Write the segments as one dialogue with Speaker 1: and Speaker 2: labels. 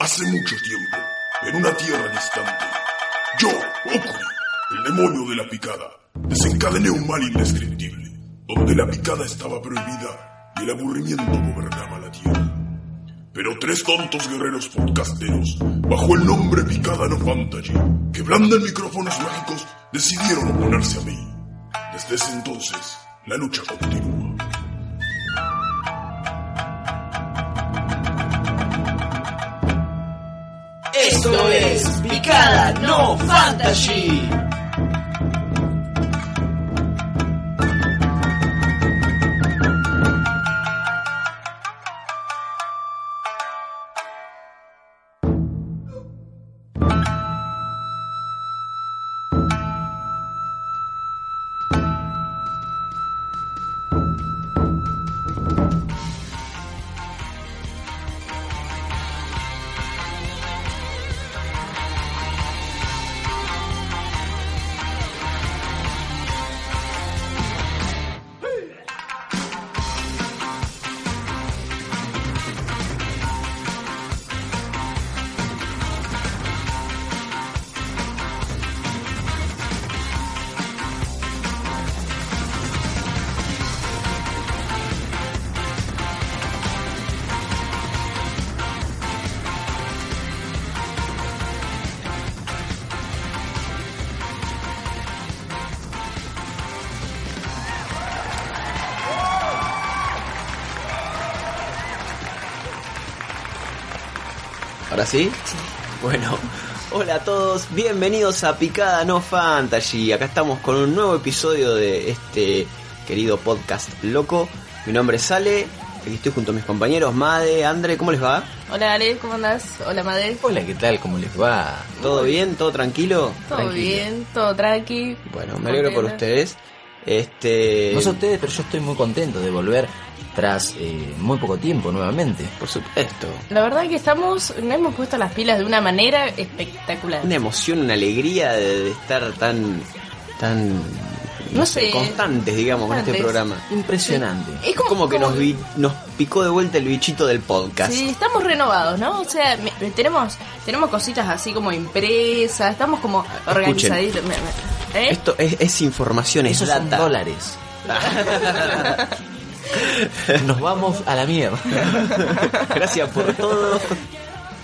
Speaker 1: Hace mucho tiempo, en una tierra distante, yo, Okuri, el demonio de la picada, desencadené un mal indescriptible, donde la picada estaba prohibida y el aburrimiento gobernaba la tierra. Pero tres tontos guerreros podcasteros, bajo el nombre Picada No Fantasy, quebrando micrófonos mágicos, decidieron oponerse a mí. Desde ese entonces, la lucha continúa.
Speaker 2: Esto es Picada No Fantasy.
Speaker 3: ¿Ahora sí? Bueno, hola a todos, bienvenidos a Picada No Fantasy. Acá estamos con un nuevo episodio de este querido podcast loco. Mi nombre es Ale, aquí estoy junto a mis compañeros Made, Andre, ¿cómo les va?
Speaker 4: Hola Ale, ¿cómo andás? Hola Made.
Speaker 5: Hola, ¿qué Pues tal? ¿Cómo les va?
Speaker 3: ¿Todo bien? ¿Todo tranquilo?
Speaker 4: Todo
Speaker 5: tranquilo.
Speaker 4: bien, todo tranqui.
Speaker 3: Bueno, me alegro por
Speaker 4: Contenta.
Speaker 3: ustedes. Este,
Speaker 5: No sé ustedes, pero yo estoy muy contento de volver tras eh, muy poco tiempo nuevamente.
Speaker 3: por supuesto,
Speaker 4: La verdad que estamos, nos hemos puesto las pilas de una manera espectacular.
Speaker 3: una emoción, una alegría de de estar tan, tan,
Speaker 4: No sé.
Speaker 3: constantes, digamos, con este
Speaker 4: Constantes.
Speaker 3: programa.
Speaker 5: Impresionante.
Speaker 4: Es
Speaker 3: Como, que nos,
Speaker 4: vi
Speaker 3: vi- nos picó de vuelta el bichito del podcast.
Speaker 4: Sí, estamos renovados, ¿no? O sea, me- tenemos tenemos cositas así como impresas, estamos como organizaditos. Me- me- ¿Eh?
Speaker 3: Esto es, es información, es
Speaker 5: Esos son
Speaker 3: data.
Speaker 5: dólares. Nos vamos a la mierda.
Speaker 3: Gracias por todo.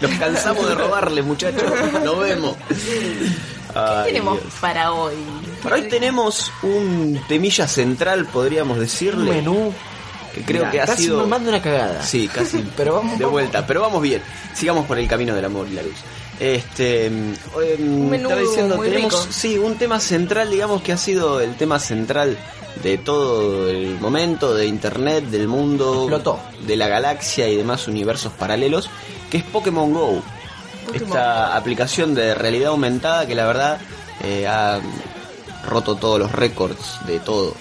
Speaker 3: Nos cansamos de robarle, muchachos. Nos vemos. Ay,
Speaker 4: tenemos
Speaker 3: Dios.
Speaker 4: para hoy?
Speaker 3: Para hoy tenemos un temilla central, podríamos
Speaker 5: Un
Speaker 3: decirle.
Speaker 5: menú
Speaker 3: que creo
Speaker 5: Mirá,
Speaker 3: que ha
Speaker 5: casi
Speaker 3: sido.
Speaker 5: me mando una cagada.
Speaker 3: Sí, casi.
Speaker 5: Pero vamos-
Speaker 3: de vuelta. Pero vamos bien. Sigamos por el camino del amor y la luz. Este, em,
Speaker 4: menú
Speaker 3: estaba diciendo,
Speaker 4: muy
Speaker 3: tenemos
Speaker 4: rico.
Speaker 3: sí un tema central, digamos que ha sido el tema central de todo el momento de internet, del mundo,
Speaker 5: Explotó.
Speaker 3: de la galaxia y demás universos paralelos, que es Pokémon Go.
Speaker 4: Pokémon
Speaker 3: Esta aplicación de realidad aumentada que la verdad eh, ha roto todos los récords de todo.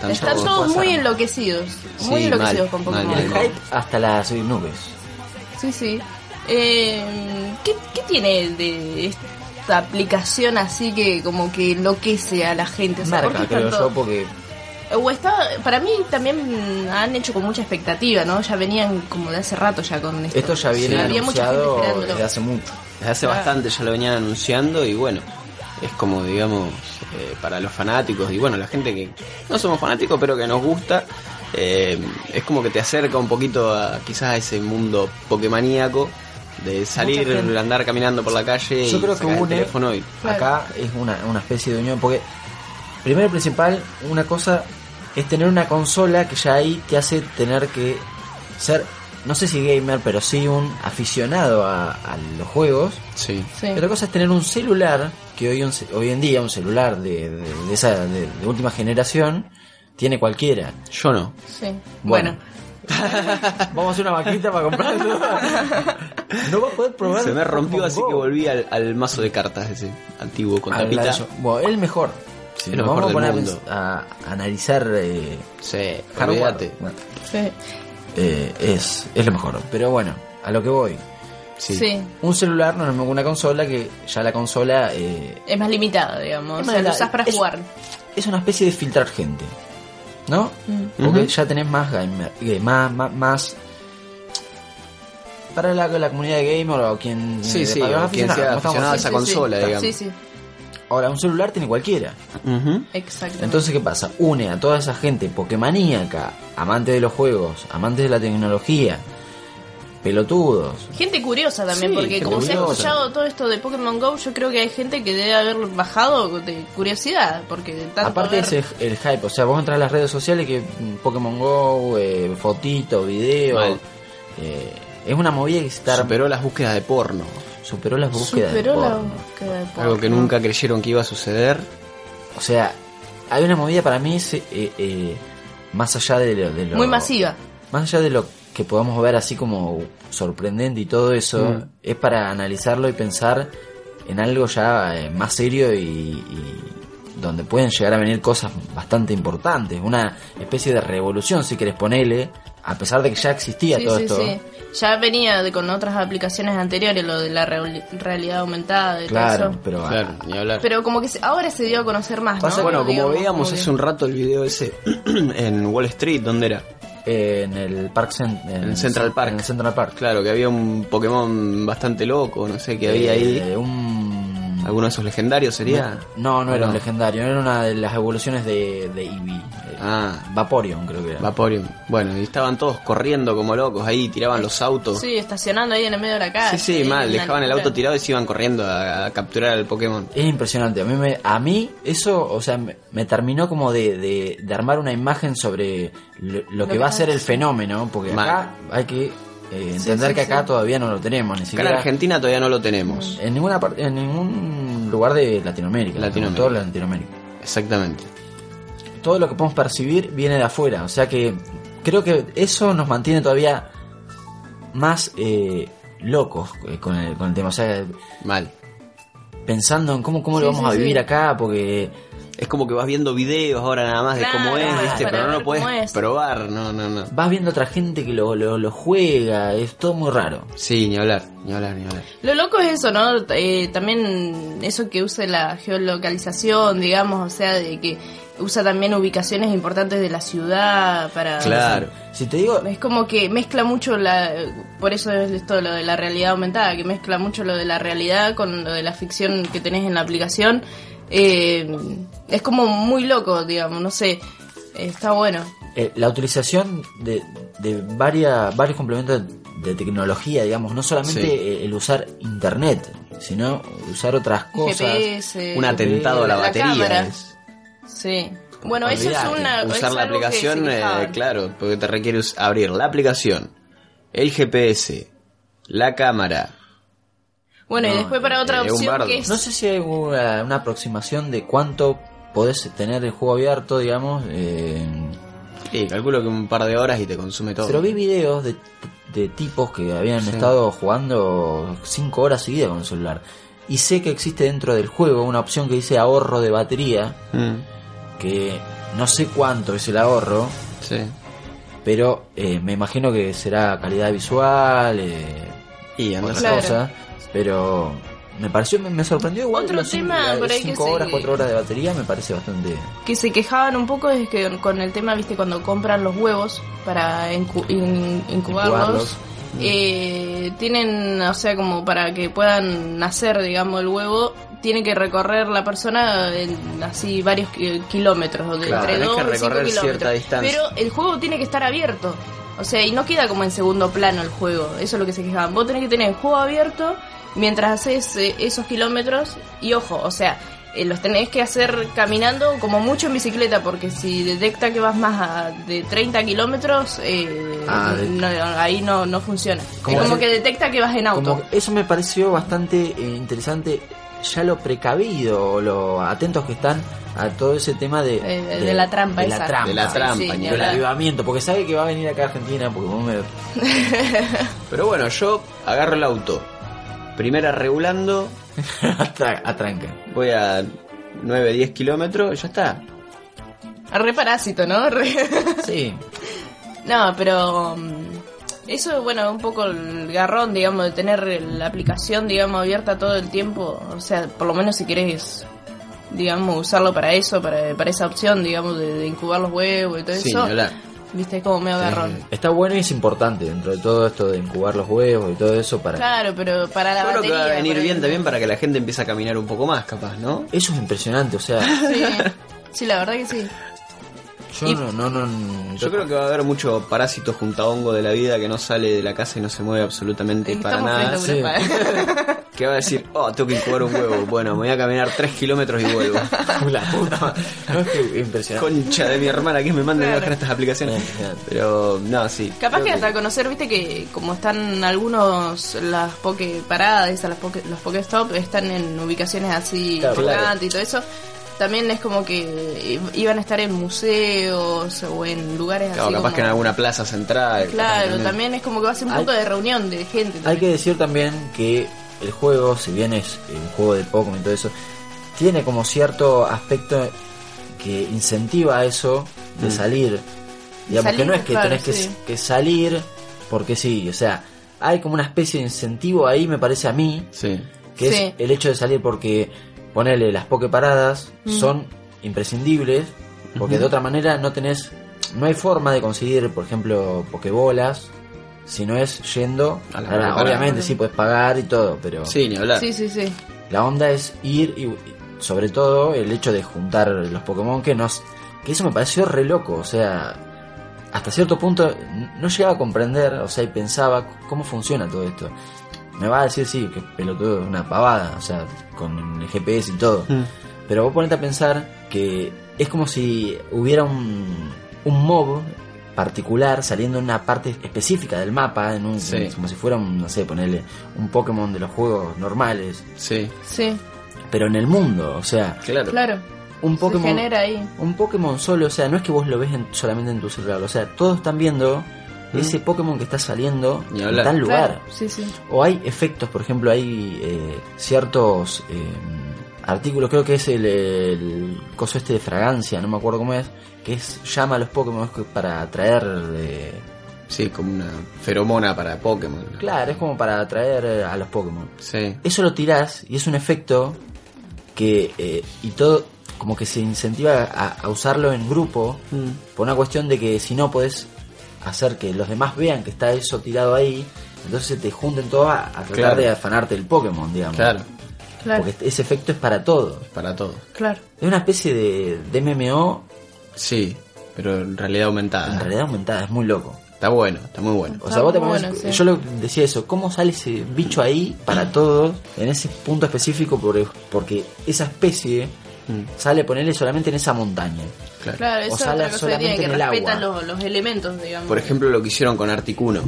Speaker 3: Tanto-
Speaker 4: Están todos muy enloquecidos, muy
Speaker 3: Sí,
Speaker 4: enloquecidos
Speaker 3: mal,
Speaker 4: con
Speaker 3: mal,
Speaker 4: Pokémon.
Speaker 3: mal,
Speaker 5: El hype hasta las eh, nubes.
Speaker 4: Sí, sí. Eh, ¿qué, qué tiene de esta aplicación así que como que enloquece a la gente? O sea, ¿por
Speaker 5: Marca,
Speaker 4: qué
Speaker 5: creo
Speaker 4: tanto- Eh,
Speaker 5: yo, porque
Speaker 4: O está- para mí también han hecho con mucha expectativa, ¿no? Ya venían como de hace rato ya con esto.
Speaker 5: esto ya viene
Speaker 4: Sí, había mucha gente
Speaker 5: anunciado
Speaker 4: esperándolo.
Speaker 5: desde hace mucho.
Speaker 3: Desde hace
Speaker 4: Claro.
Speaker 3: bastante ya lo venían anunciando y bueno, es como digamos eh, para los fanáticos y bueno, la gente que no somos fanáticos pero que nos gusta, eh, es como que te acerca un poquito a quizás a ese mundo pokemaníaco de salir,
Speaker 4: Mucha gente.
Speaker 3: andar caminando por la calle
Speaker 5: Yo
Speaker 3: y
Speaker 5: creo que
Speaker 3: sacar el
Speaker 5: une-
Speaker 3: teléfono y
Speaker 4: Claro.
Speaker 5: Acá es una, una especie de unión, porque primero y principal, una cosa es tener una consola que ya ahí te hace tener que ser, no sé si gamer, pero sí un aficionado a, a los juegos.
Speaker 3: sí.
Speaker 4: Sí.
Speaker 5: Y otra cosa es tener un celular, que hoy, un ce- hoy en día un celular de, de- de esa, de, de última generación tiene cualquiera.
Speaker 3: Yo no.
Speaker 4: Sí. Bueno.
Speaker 5: Bueno. Vamos a hacer una vaquita para comprarlo. No va a poder probar.
Speaker 3: Se me rompió,
Speaker 5: Pokémon
Speaker 3: así
Speaker 5: Go.
Speaker 3: que volví al, al mazo de cartas ese antiguo con
Speaker 5: Al
Speaker 3: tapita.
Speaker 5: ladrillo. Bueno, el mejor.
Speaker 3: Sí,
Speaker 5: Nos
Speaker 3: lo mejor
Speaker 5: vamos a
Speaker 3: del
Speaker 5: poner a
Speaker 3: mundo.
Speaker 5: pens- a, analizar eh,
Speaker 3: Sí,
Speaker 5: hardware.
Speaker 3: olvídate.
Speaker 5: Bueno,
Speaker 4: Sí.
Speaker 5: eh, es, es lo mejor. Pero bueno, a lo que voy.
Speaker 4: Sí.
Speaker 5: Un celular no es como una consola que ya la consola eh,
Speaker 4: Es más limitada, digamos.
Speaker 5: Es
Speaker 4: o
Speaker 5: más
Speaker 4: sea, lo
Speaker 5: la-
Speaker 4: usás para
Speaker 5: es-
Speaker 4: jugar.
Speaker 5: es una especie de filtrar gente. ¿No? Porque ya tenés más gamer, eh, más, más, más- para la, la comunidad de gamer o quien eh,
Speaker 3: Sí, sí,
Speaker 5: para los
Speaker 3: o quien
Speaker 5: aficionados,
Speaker 3: sea aficionado a
Speaker 5: como estamos
Speaker 3: esa
Speaker 5: diciendo.
Speaker 3: consola, digamos.
Speaker 4: Sí, sí,
Speaker 5: Ahora, un celular tiene cualquiera.
Speaker 3: Ujú.
Speaker 4: exactamente.
Speaker 5: Entonces, ¿qué pasa? Une a toda esa gente pokémaníaca, amante de los juegos, amantes de la tecnología, pelotudos.
Speaker 4: Gente curiosa también,
Speaker 3: Sí,
Speaker 4: porque
Speaker 3: gente
Speaker 4: como se ha
Speaker 3: curiosa.
Speaker 4: escuchado todo esto de Pokémon Go, yo creo que hay gente que debe haber bajado de curiosidad, porque de tanto
Speaker 5: Aparte
Speaker 4: ver-
Speaker 5: es el, el hype, o sea, vos entras a las redes sociales que mm, Pokémon Go, eh, fotito, video,
Speaker 3: Mal.
Speaker 5: eh, es una movida que está-
Speaker 3: Superó las búsquedas de porno.
Speaker 5: superó las búsquedas. de
Speaker 4: superó la
Speaker 5: porno.
Speaker 4: búsqueda de
Speaker 3: Algo que
Speaker 4: porno.
Speaker 3: nunca creyeron que iba a suceder.
Speaker 5: O sea, hay una movida para mí se- eh, eh, más allá de lo, de lo-
Speaker 4: Muy masiva.
Speaker 5: Más allá de lo que podamos ver así como sorprendente y todo eso,
Speaker 3: Mm.
Speaker 5: es para analizarlo y pensar en algo ya eh, más serio y, y donde pueden llegar a venir cosas bastante importantes. Una especie de revolución, si querés ponerle, a pesar de que ya existía
Speaker 4: Sí,
Speaker 5: todo
Speaker 4: sí,
Speaker 5: esto.
Speaker 4: sí. Ya venía de, con otras aplicaciones anteriores, lo de la reali- realidad aumentada y todo
Speaker 5: Claro,
Speaker 4: eso.
Speaker 5: pero...
Speaker 3: Claro, ni hablar.
Speaker 4: Pero como que se- ahora se dio a conocer más,
Speaker 5: Pasa
Speaker 4: ¿no?
Speaker 5: que-
Speaker 3: bueno, como
Speaker 4: Digamos,
Speaker 3: veíamos
Speaker 4: como
Speaker 3: hace
Speaker 4: que-
Speaker 3: un rato el video ese en Wall Street, ¿dónde era?
Speaker 5: eh, en el Park Cen- en,
Speaker 3: En Central Park.
Speaker 5: En el Central Park.
Speaker 3: Ah, Claro, que había un Pokémon bastante loco, no sé, que había ahí.
Speaker 5: Eh, un...
Speaker 3: Alguno de esos legendarios sería.
Speaker 5: No, no era
Speaker 3: No.
Speaker 5: un legendario, era una de las evoluciones de, de Eevee. Eh,
Speaker 3: Ah.
Speaker 5: Vaporeon creo que era.
Speaker 3: Vaporeon. Bueno, y estaban todos corriendo como locos ahí, tiraban los autos.
Speaker 4: Sí, estacionando ahí en el medio de la
Speaker 3: Sí,
Speaker 4: calle.
Speaker 3: sí, mal,
Speaker 4: Una
Speaker 3: dejaban el auto
Speaker 4: locura.
Speaker 3: tirado y se iban corriendo a, a capturar al Pokémon.
Speaker 5: es impresionante. A mí, me- a mí eso, o sea, me, me terminó como de, de- de armar una imagen sobre lo, lo que
Speaker 4: que
Speaker 5: va a
Speaker 4: pasa.
Speaker 5: ser el fenómeno, porque
Speaker 3: Mal.
Speaker 5: acá hay que eh, entender
Speaker 4: sí,
Speaker 5: que acá
Speaker 4: sí.
Speaker 5: todavía no lo tenemos,
Speaker 3: Acá
Speaker 5: ni
Speaker 3: en
Speaker 5: siquiera
Speaker 3: Argentina todavía no lo tenemos.
Speaker 5: en ninguna parte, en ningún lugar de Latinoamérica,
Speaker 3: Latinoamérica.
Speaker 5: en todo Latinoamérica.
Speaker 3: Exactamente.
Speaker 5: todo lo que podemos percibir viene de afuera. O sea que creo que eso nos mantiene todavía más eh, locos eh, con el, con el tema. O sea,
Speaker 3: Mal.
Speaker 5: pensando en cómo, cómo lo
Speaker 4: Sí,
Speaker 5: vamos
Speaker 4: sí,
Speaker 5: a vivir
Speaker 4: sí.
Speaker 5: acá, porque
Speaker 3: Es como que vas viendo videos ahora nada más de cómo
Speaker 4: Claro,
Speaker 3: es, ¿viste?
Speaker 4: para
Speaker 3: pero no
Speaker 4: ver
Speaker 3: lo puedes
Speaker 4: cómo es.
Speaker 3: probar, no, no, no.
Speaker 5: vas viendo otra gente que lo, lo, lo juega, es todo muy raro.
Speaker 3: Sí, ni hablar, ni hablar, ni hablar.
Speaker 4: Lo loco es eso, ¿no? Eh, también eso que use la geolocalización, digamos, o sea, de que usa también ubicaciones importantes de la ciudad para...
Speaker 3: Claro.
Speaker 5: Si te digo,
Speaker 4: Es como que mezcla mucho la... Por eso es esto, lo de la realidad aumentada, que mezcla mucho lo de la realidad con lo de la ficción que tenés en la aplicación. Eh, es como muy loco, digamos, no sé. Está bueno.
Speaker 5: eh, la utilización de, de varias, varios complementos de tecnología, digamos, no solamente
Speaker 3: Sí.
Speaker 5: eh, el usar internet, sino usar otras cosas.
Speaker 4: GPS.
Speaker 3: Un atentado a la,
Speaker 4: la
Speaker 3: batería.
Speaker 4: cámara.
Speaker 3: es.
Speaker 4: Sí. Bueno, eso es
Speaker 3: Olvidate.
Speaker 4: una... Ah, es
Speaker 3: Usar la
Speaker 4: algo que se
Speaker 3: aplicación, eh,
Speaker 4: quejaban.
Speaker 3: claro, porque te requiere us- abrir la aplicación, el GPS, la cámara.
Speaker 4: Bueno, y
Speaker 5: No,
Speaker 4: después para otra
Speaker 3: eh, un
Speaker 4: opción
Speaker 3: bardo.
Speaker 4: que es...
Speaker 5: No sé si hay una, una aproximación de cuánto podés tener el juego abierto, digamos. eh,
Speaker 3: Sí, calculo que un par de horas y te consume todo.
Speaker 5: pero vi videos de, de tipos que habían estado jugando 5 horas seguidas con el celular. Y sé que existe dentro del juego una opción que dice ahorro de batería,
Speaker 3: Mm,
Speaker 5: que no sé cuánto es el ahorro,
Speaker 3: sí.
Speaker 5: pero eh, me imagino que será calidad visual, eh,
Speaker 3: Y
Speaker 5: otras
Speaker 3: andas
Speaker 4: Claro.
Speaker 5: cosas. Pero me pareció, me, me sorprendió igual.
Speaker 4: Otro tema por ahí que
Speaker 5: 5
Speaker 4: se-
Speaker 5: horas, 4 horas de batería me parece bastante...
Speaker 4: que se quejaban un poco es que con el tema, viste, cuando compran los huevos para incu- in-
Speaker 5: Incubarlos.
Speaker 4: incubarlos,
Speaker 3: Mm.
Speaker 4: eh, tienen, o sea, como para que puedan nacer, digamos, el huevo, tiene que recorrer la persona en, así varios ki- kilómetros, de
Speaker 3: Claro,
Speaker 4: entre
Speaker 3: tenés
Speaker 4: dos
Speaker 3: que
Speaker 4: y cinco
Speaker 3: recorrer
Speaker 4: kilómetros.
Speaker 3: cierta distancia.
Speaker 4: Pero el juego tiene que estar abierto. O sea, y no queda como en segundo plano el juego. Eso es lo que se quejaban. Vos tenés que tener el juego abierto mientras haces eh, esos kilómetros. Y ojo, o sea, eh, los tenés que hacer caminando como mucho en bicicleta. Porque si detecta que vas más a- de 30 kilómetros, eh,
Speaker 5: Ah, de-
Speaker 4: no, ahí no, no funciona.
Speaker 5: ¿Cómo
Speaker 4: es como
Speaker 5: hace?
Speaker 4: que detecta que vas en auto.
Speaker 5: Como que eso me pareció bastante eh, interesante, ya lo precavido, o lo atentos que están a todo ese tema
Speaker 4: De-
Speaker 5: de,
Speaker 4: de- Eh, de la trampa
Speaker 5: de la
Speaker 4: esa.
Speaker 5: trampa,
Speaker 3: De la trampa,
Speaker 4: Sí, sí,
Speaker 3: ni
Speaker 4: ni
Speaker 5: del
Speaker 3: hablar.
Speaker 5: avivamiento, porque sabe que va a venir acá a Argentina, porque vos me...
Speaker 3: Pero bueno, yo agarro el auto. Primera regulando,
Speaker 5: atra- atranca.
Speaker 3: voy a 9, 10 kilómetros, ya está.
Speaker 4: Re parásito, ¿no? Re-
Speaker 5: Sí,
Speaker 4: No, pero mm, eso, bueno, un poco el garrón, digamos, de tener la aplicación, digamos, abierta todo el tiempo. O sea, por lo menos si querés, digamos, usarlo para eso, para, para esa opción, digamos, de, de incubar los huevos y todo
Speaker 3: Sí,
Speaker 4: eso.
Speaker 3: ni hablar.
Speaker 4: Viste, como medio garrón.
Speaker 5: eh, está bueno y es importante dentro de todo esto de incubar los huevos y todo eso para...
Speaker 4: Claro, pero para la
Speaker 3: Yo creo que
Speaker 4: batería...
Speaker 3: va a venir
Speaker 4: para-
Speaker 3: bien también para que la gente empiece a caminar un poco más, capaz, ¿no?
Speaker 5: Eso es impresionante, o sea,
Speaker 4: Sí. sí, la verdad que sí.
Speaker 5: yo
Speaker 4: Y-
Speaker 5: no, no, no-
Speaker 3: Yo creo que va a haber mucho parásito juntahongo de la vida que no sale de la casa y no se mueve absolutamente para
Speaker 4: Estamos
Speaker 3: nada.
Speaker 4: frente a Europa.
Speaker 3: Que va a decir, oh, tengo que incubar un huevo. Bueno, me voy a caminar 3 kilómetros y vuelvo.
Speaker 5: La puta madre. No, es que impresionante.
Speaker 3: Concha de mi hermana que me manda a
Speaker 4: Claro.
Speaker 3: bajar estas aplicaciones.
Speaker 5: Claro.
Speaker 3: Pero, no, sí.
Speaker 4: Capaz
Speaker 3: creo
Speaker 4: que hasta conocer, viste que como están algunos, las poke paradas, esas, las poke- los Pokestop, están en ubicaciones así
Speaker 5: Claro, claro.
Speaker 4: importantes y todo eso. También es como que i- iban a estar en museos o en lugares
Speaker 3: Claro,
Speaker 4: así.
Speaker 3: capaz
Speaker 4: como-
Speaker 3: que en alguna plaza central.
Speaker 4: Claro, también es como que va a ser un
Speaker 5: Hay-
Speaker 4: punto de reunión de gente.
Speaker 5: Hay
Speaker 4: también.
Speaker 5: que decir también que el juego, si bien es un juego de Pokémon y todo eso, tiene como cierto aspecto que incentiva eso de salir. Digamos
Speaker 4: Mm. Salir,
Speaker 5: que no es que
Speaker 4: claro,
Speaker 5: tenés que,
Speaker 4: sí.
Speaker 5: que salir porque sí, o sea, hay como una especie de incentivo ahí, me parece a mí,
Speaker 3: Sí.
Speaker 5: que
Speaker 4: Sí.
Speaker 5: es el hecho de salir porque ponerle las pokeparadas son imprescindibles porque de otra manera no tenés no hay forma de conseguir por ejemplo pokebolas si no es yendo
Speaker 3: A la
Speaker 5: ahora,
Speaker 3: pokeparada.
Speaker 5: obviamente sí puedes pagar y todo pero
Speaker 3: Sí, ni hablar.
Speaker 4: Sí, sí, sí.
Speaker 5: la onda es ir y y sobre todo el hecho de juntar los Pokémon que nos que eso me pareció re loco o sea hasta cierto punto n- no llegaba a comprender o sea y pensaba c- cómo funciona todo esto me va a decir sí que pelotudo es una pavada o sea con el GPS y todo pero vos ponete a pensar que es como si hubiera un un mob particular saliendo en una parte específica del mapa en un
Speaker 3: Sí.
Speaker 5: como si fuera un no sé ponerle un Pokémon de los juegos normales
Speaker 3: Sí,
Speaker 4: Sí,
Speaker 5: pero en el mundo, o sea,
Speaker 3: claro.
Speaker 4: claro.
Speaker 5: un
Speaker 4: Se
Speaker 5: Pokémon
Speaker 4: genera ahí.
Speaker 5: un Pokémon solo, o sea, no es que vos lo ves en- solamente en tu celular, o sea, todos están viendo ese Pokémon que está saliendo
Speaker 3: Mm. Ni
Speaker 5: en
Speaker 3: hablar.
Speaker 5: tal lugar.
Speaker 4: Claro, sí, sí.
Speaker 5: O hay efectos, por ejemplo, hay eh, ciertos eh, artículos, creo que es el, el coso este de fragancia, no me acuerdo cómo es, que es llama a los Pokémon que- para atraer eh,
Speaker 3: Sí, como una feromona para Pokémon.
Speaker 5: claro, es como para atraer eh, a los Pokémon.
Speaker 3: Sí.
Speaker 5: eso lo tirás y es un efecto que eh, y todo como que se incentiva a, a usarlo en grupo
Speaker 3: Mm.
Speaker 5: por una cuestión de que si no podés hacer que los demás vean que está eso tirado ahí entonces te junten todos a, a tratar
Speaker 3: Claro.
Speaker 5: de afanarte el Pokémon digamos
Speaker 3: Claro,
Speaker 4: Claro,
Speaker 5: porque ese efecto es para todo
Speaker 3: para todo.
Speaker 4: claro.
Speaker 5: es una especie de, de MMO
Speaker 3: Sí, pero en realidad
Speaker 5: en
Speaker 3: aumentada.
Speaker 5: realidad aumentada es muy loco
Speaker 3: Está bueno, está muy bueno.
Speaker 5: o
Speaker 4: Está
Speaker 5: sea, vos te
Speaker 4: muy
Speaker 5: pones-
Speaker 4: Ah, bueno, sí.
Speaker 5: yo lo decía eso, ¿cómo sale ese bicho ahí para todos en ese punto específico? Por- Porque esa especie
Speaker 3: Mm.
Speaker 5: sale ponerle solamente en esa montaña.
Speaker 3: Claro.
Speaker 4: Claro, eso es
Speaker 5: sale
Speaker 4: otra cosa que tiene,
Speaker 5: solamente
Speaker 4: que
Speaker 5: en el agua.
Speaker 4: respetan los, los elementos, digamos.
Speaker 3: Por ejemplo, lo que hicieron con Articuno.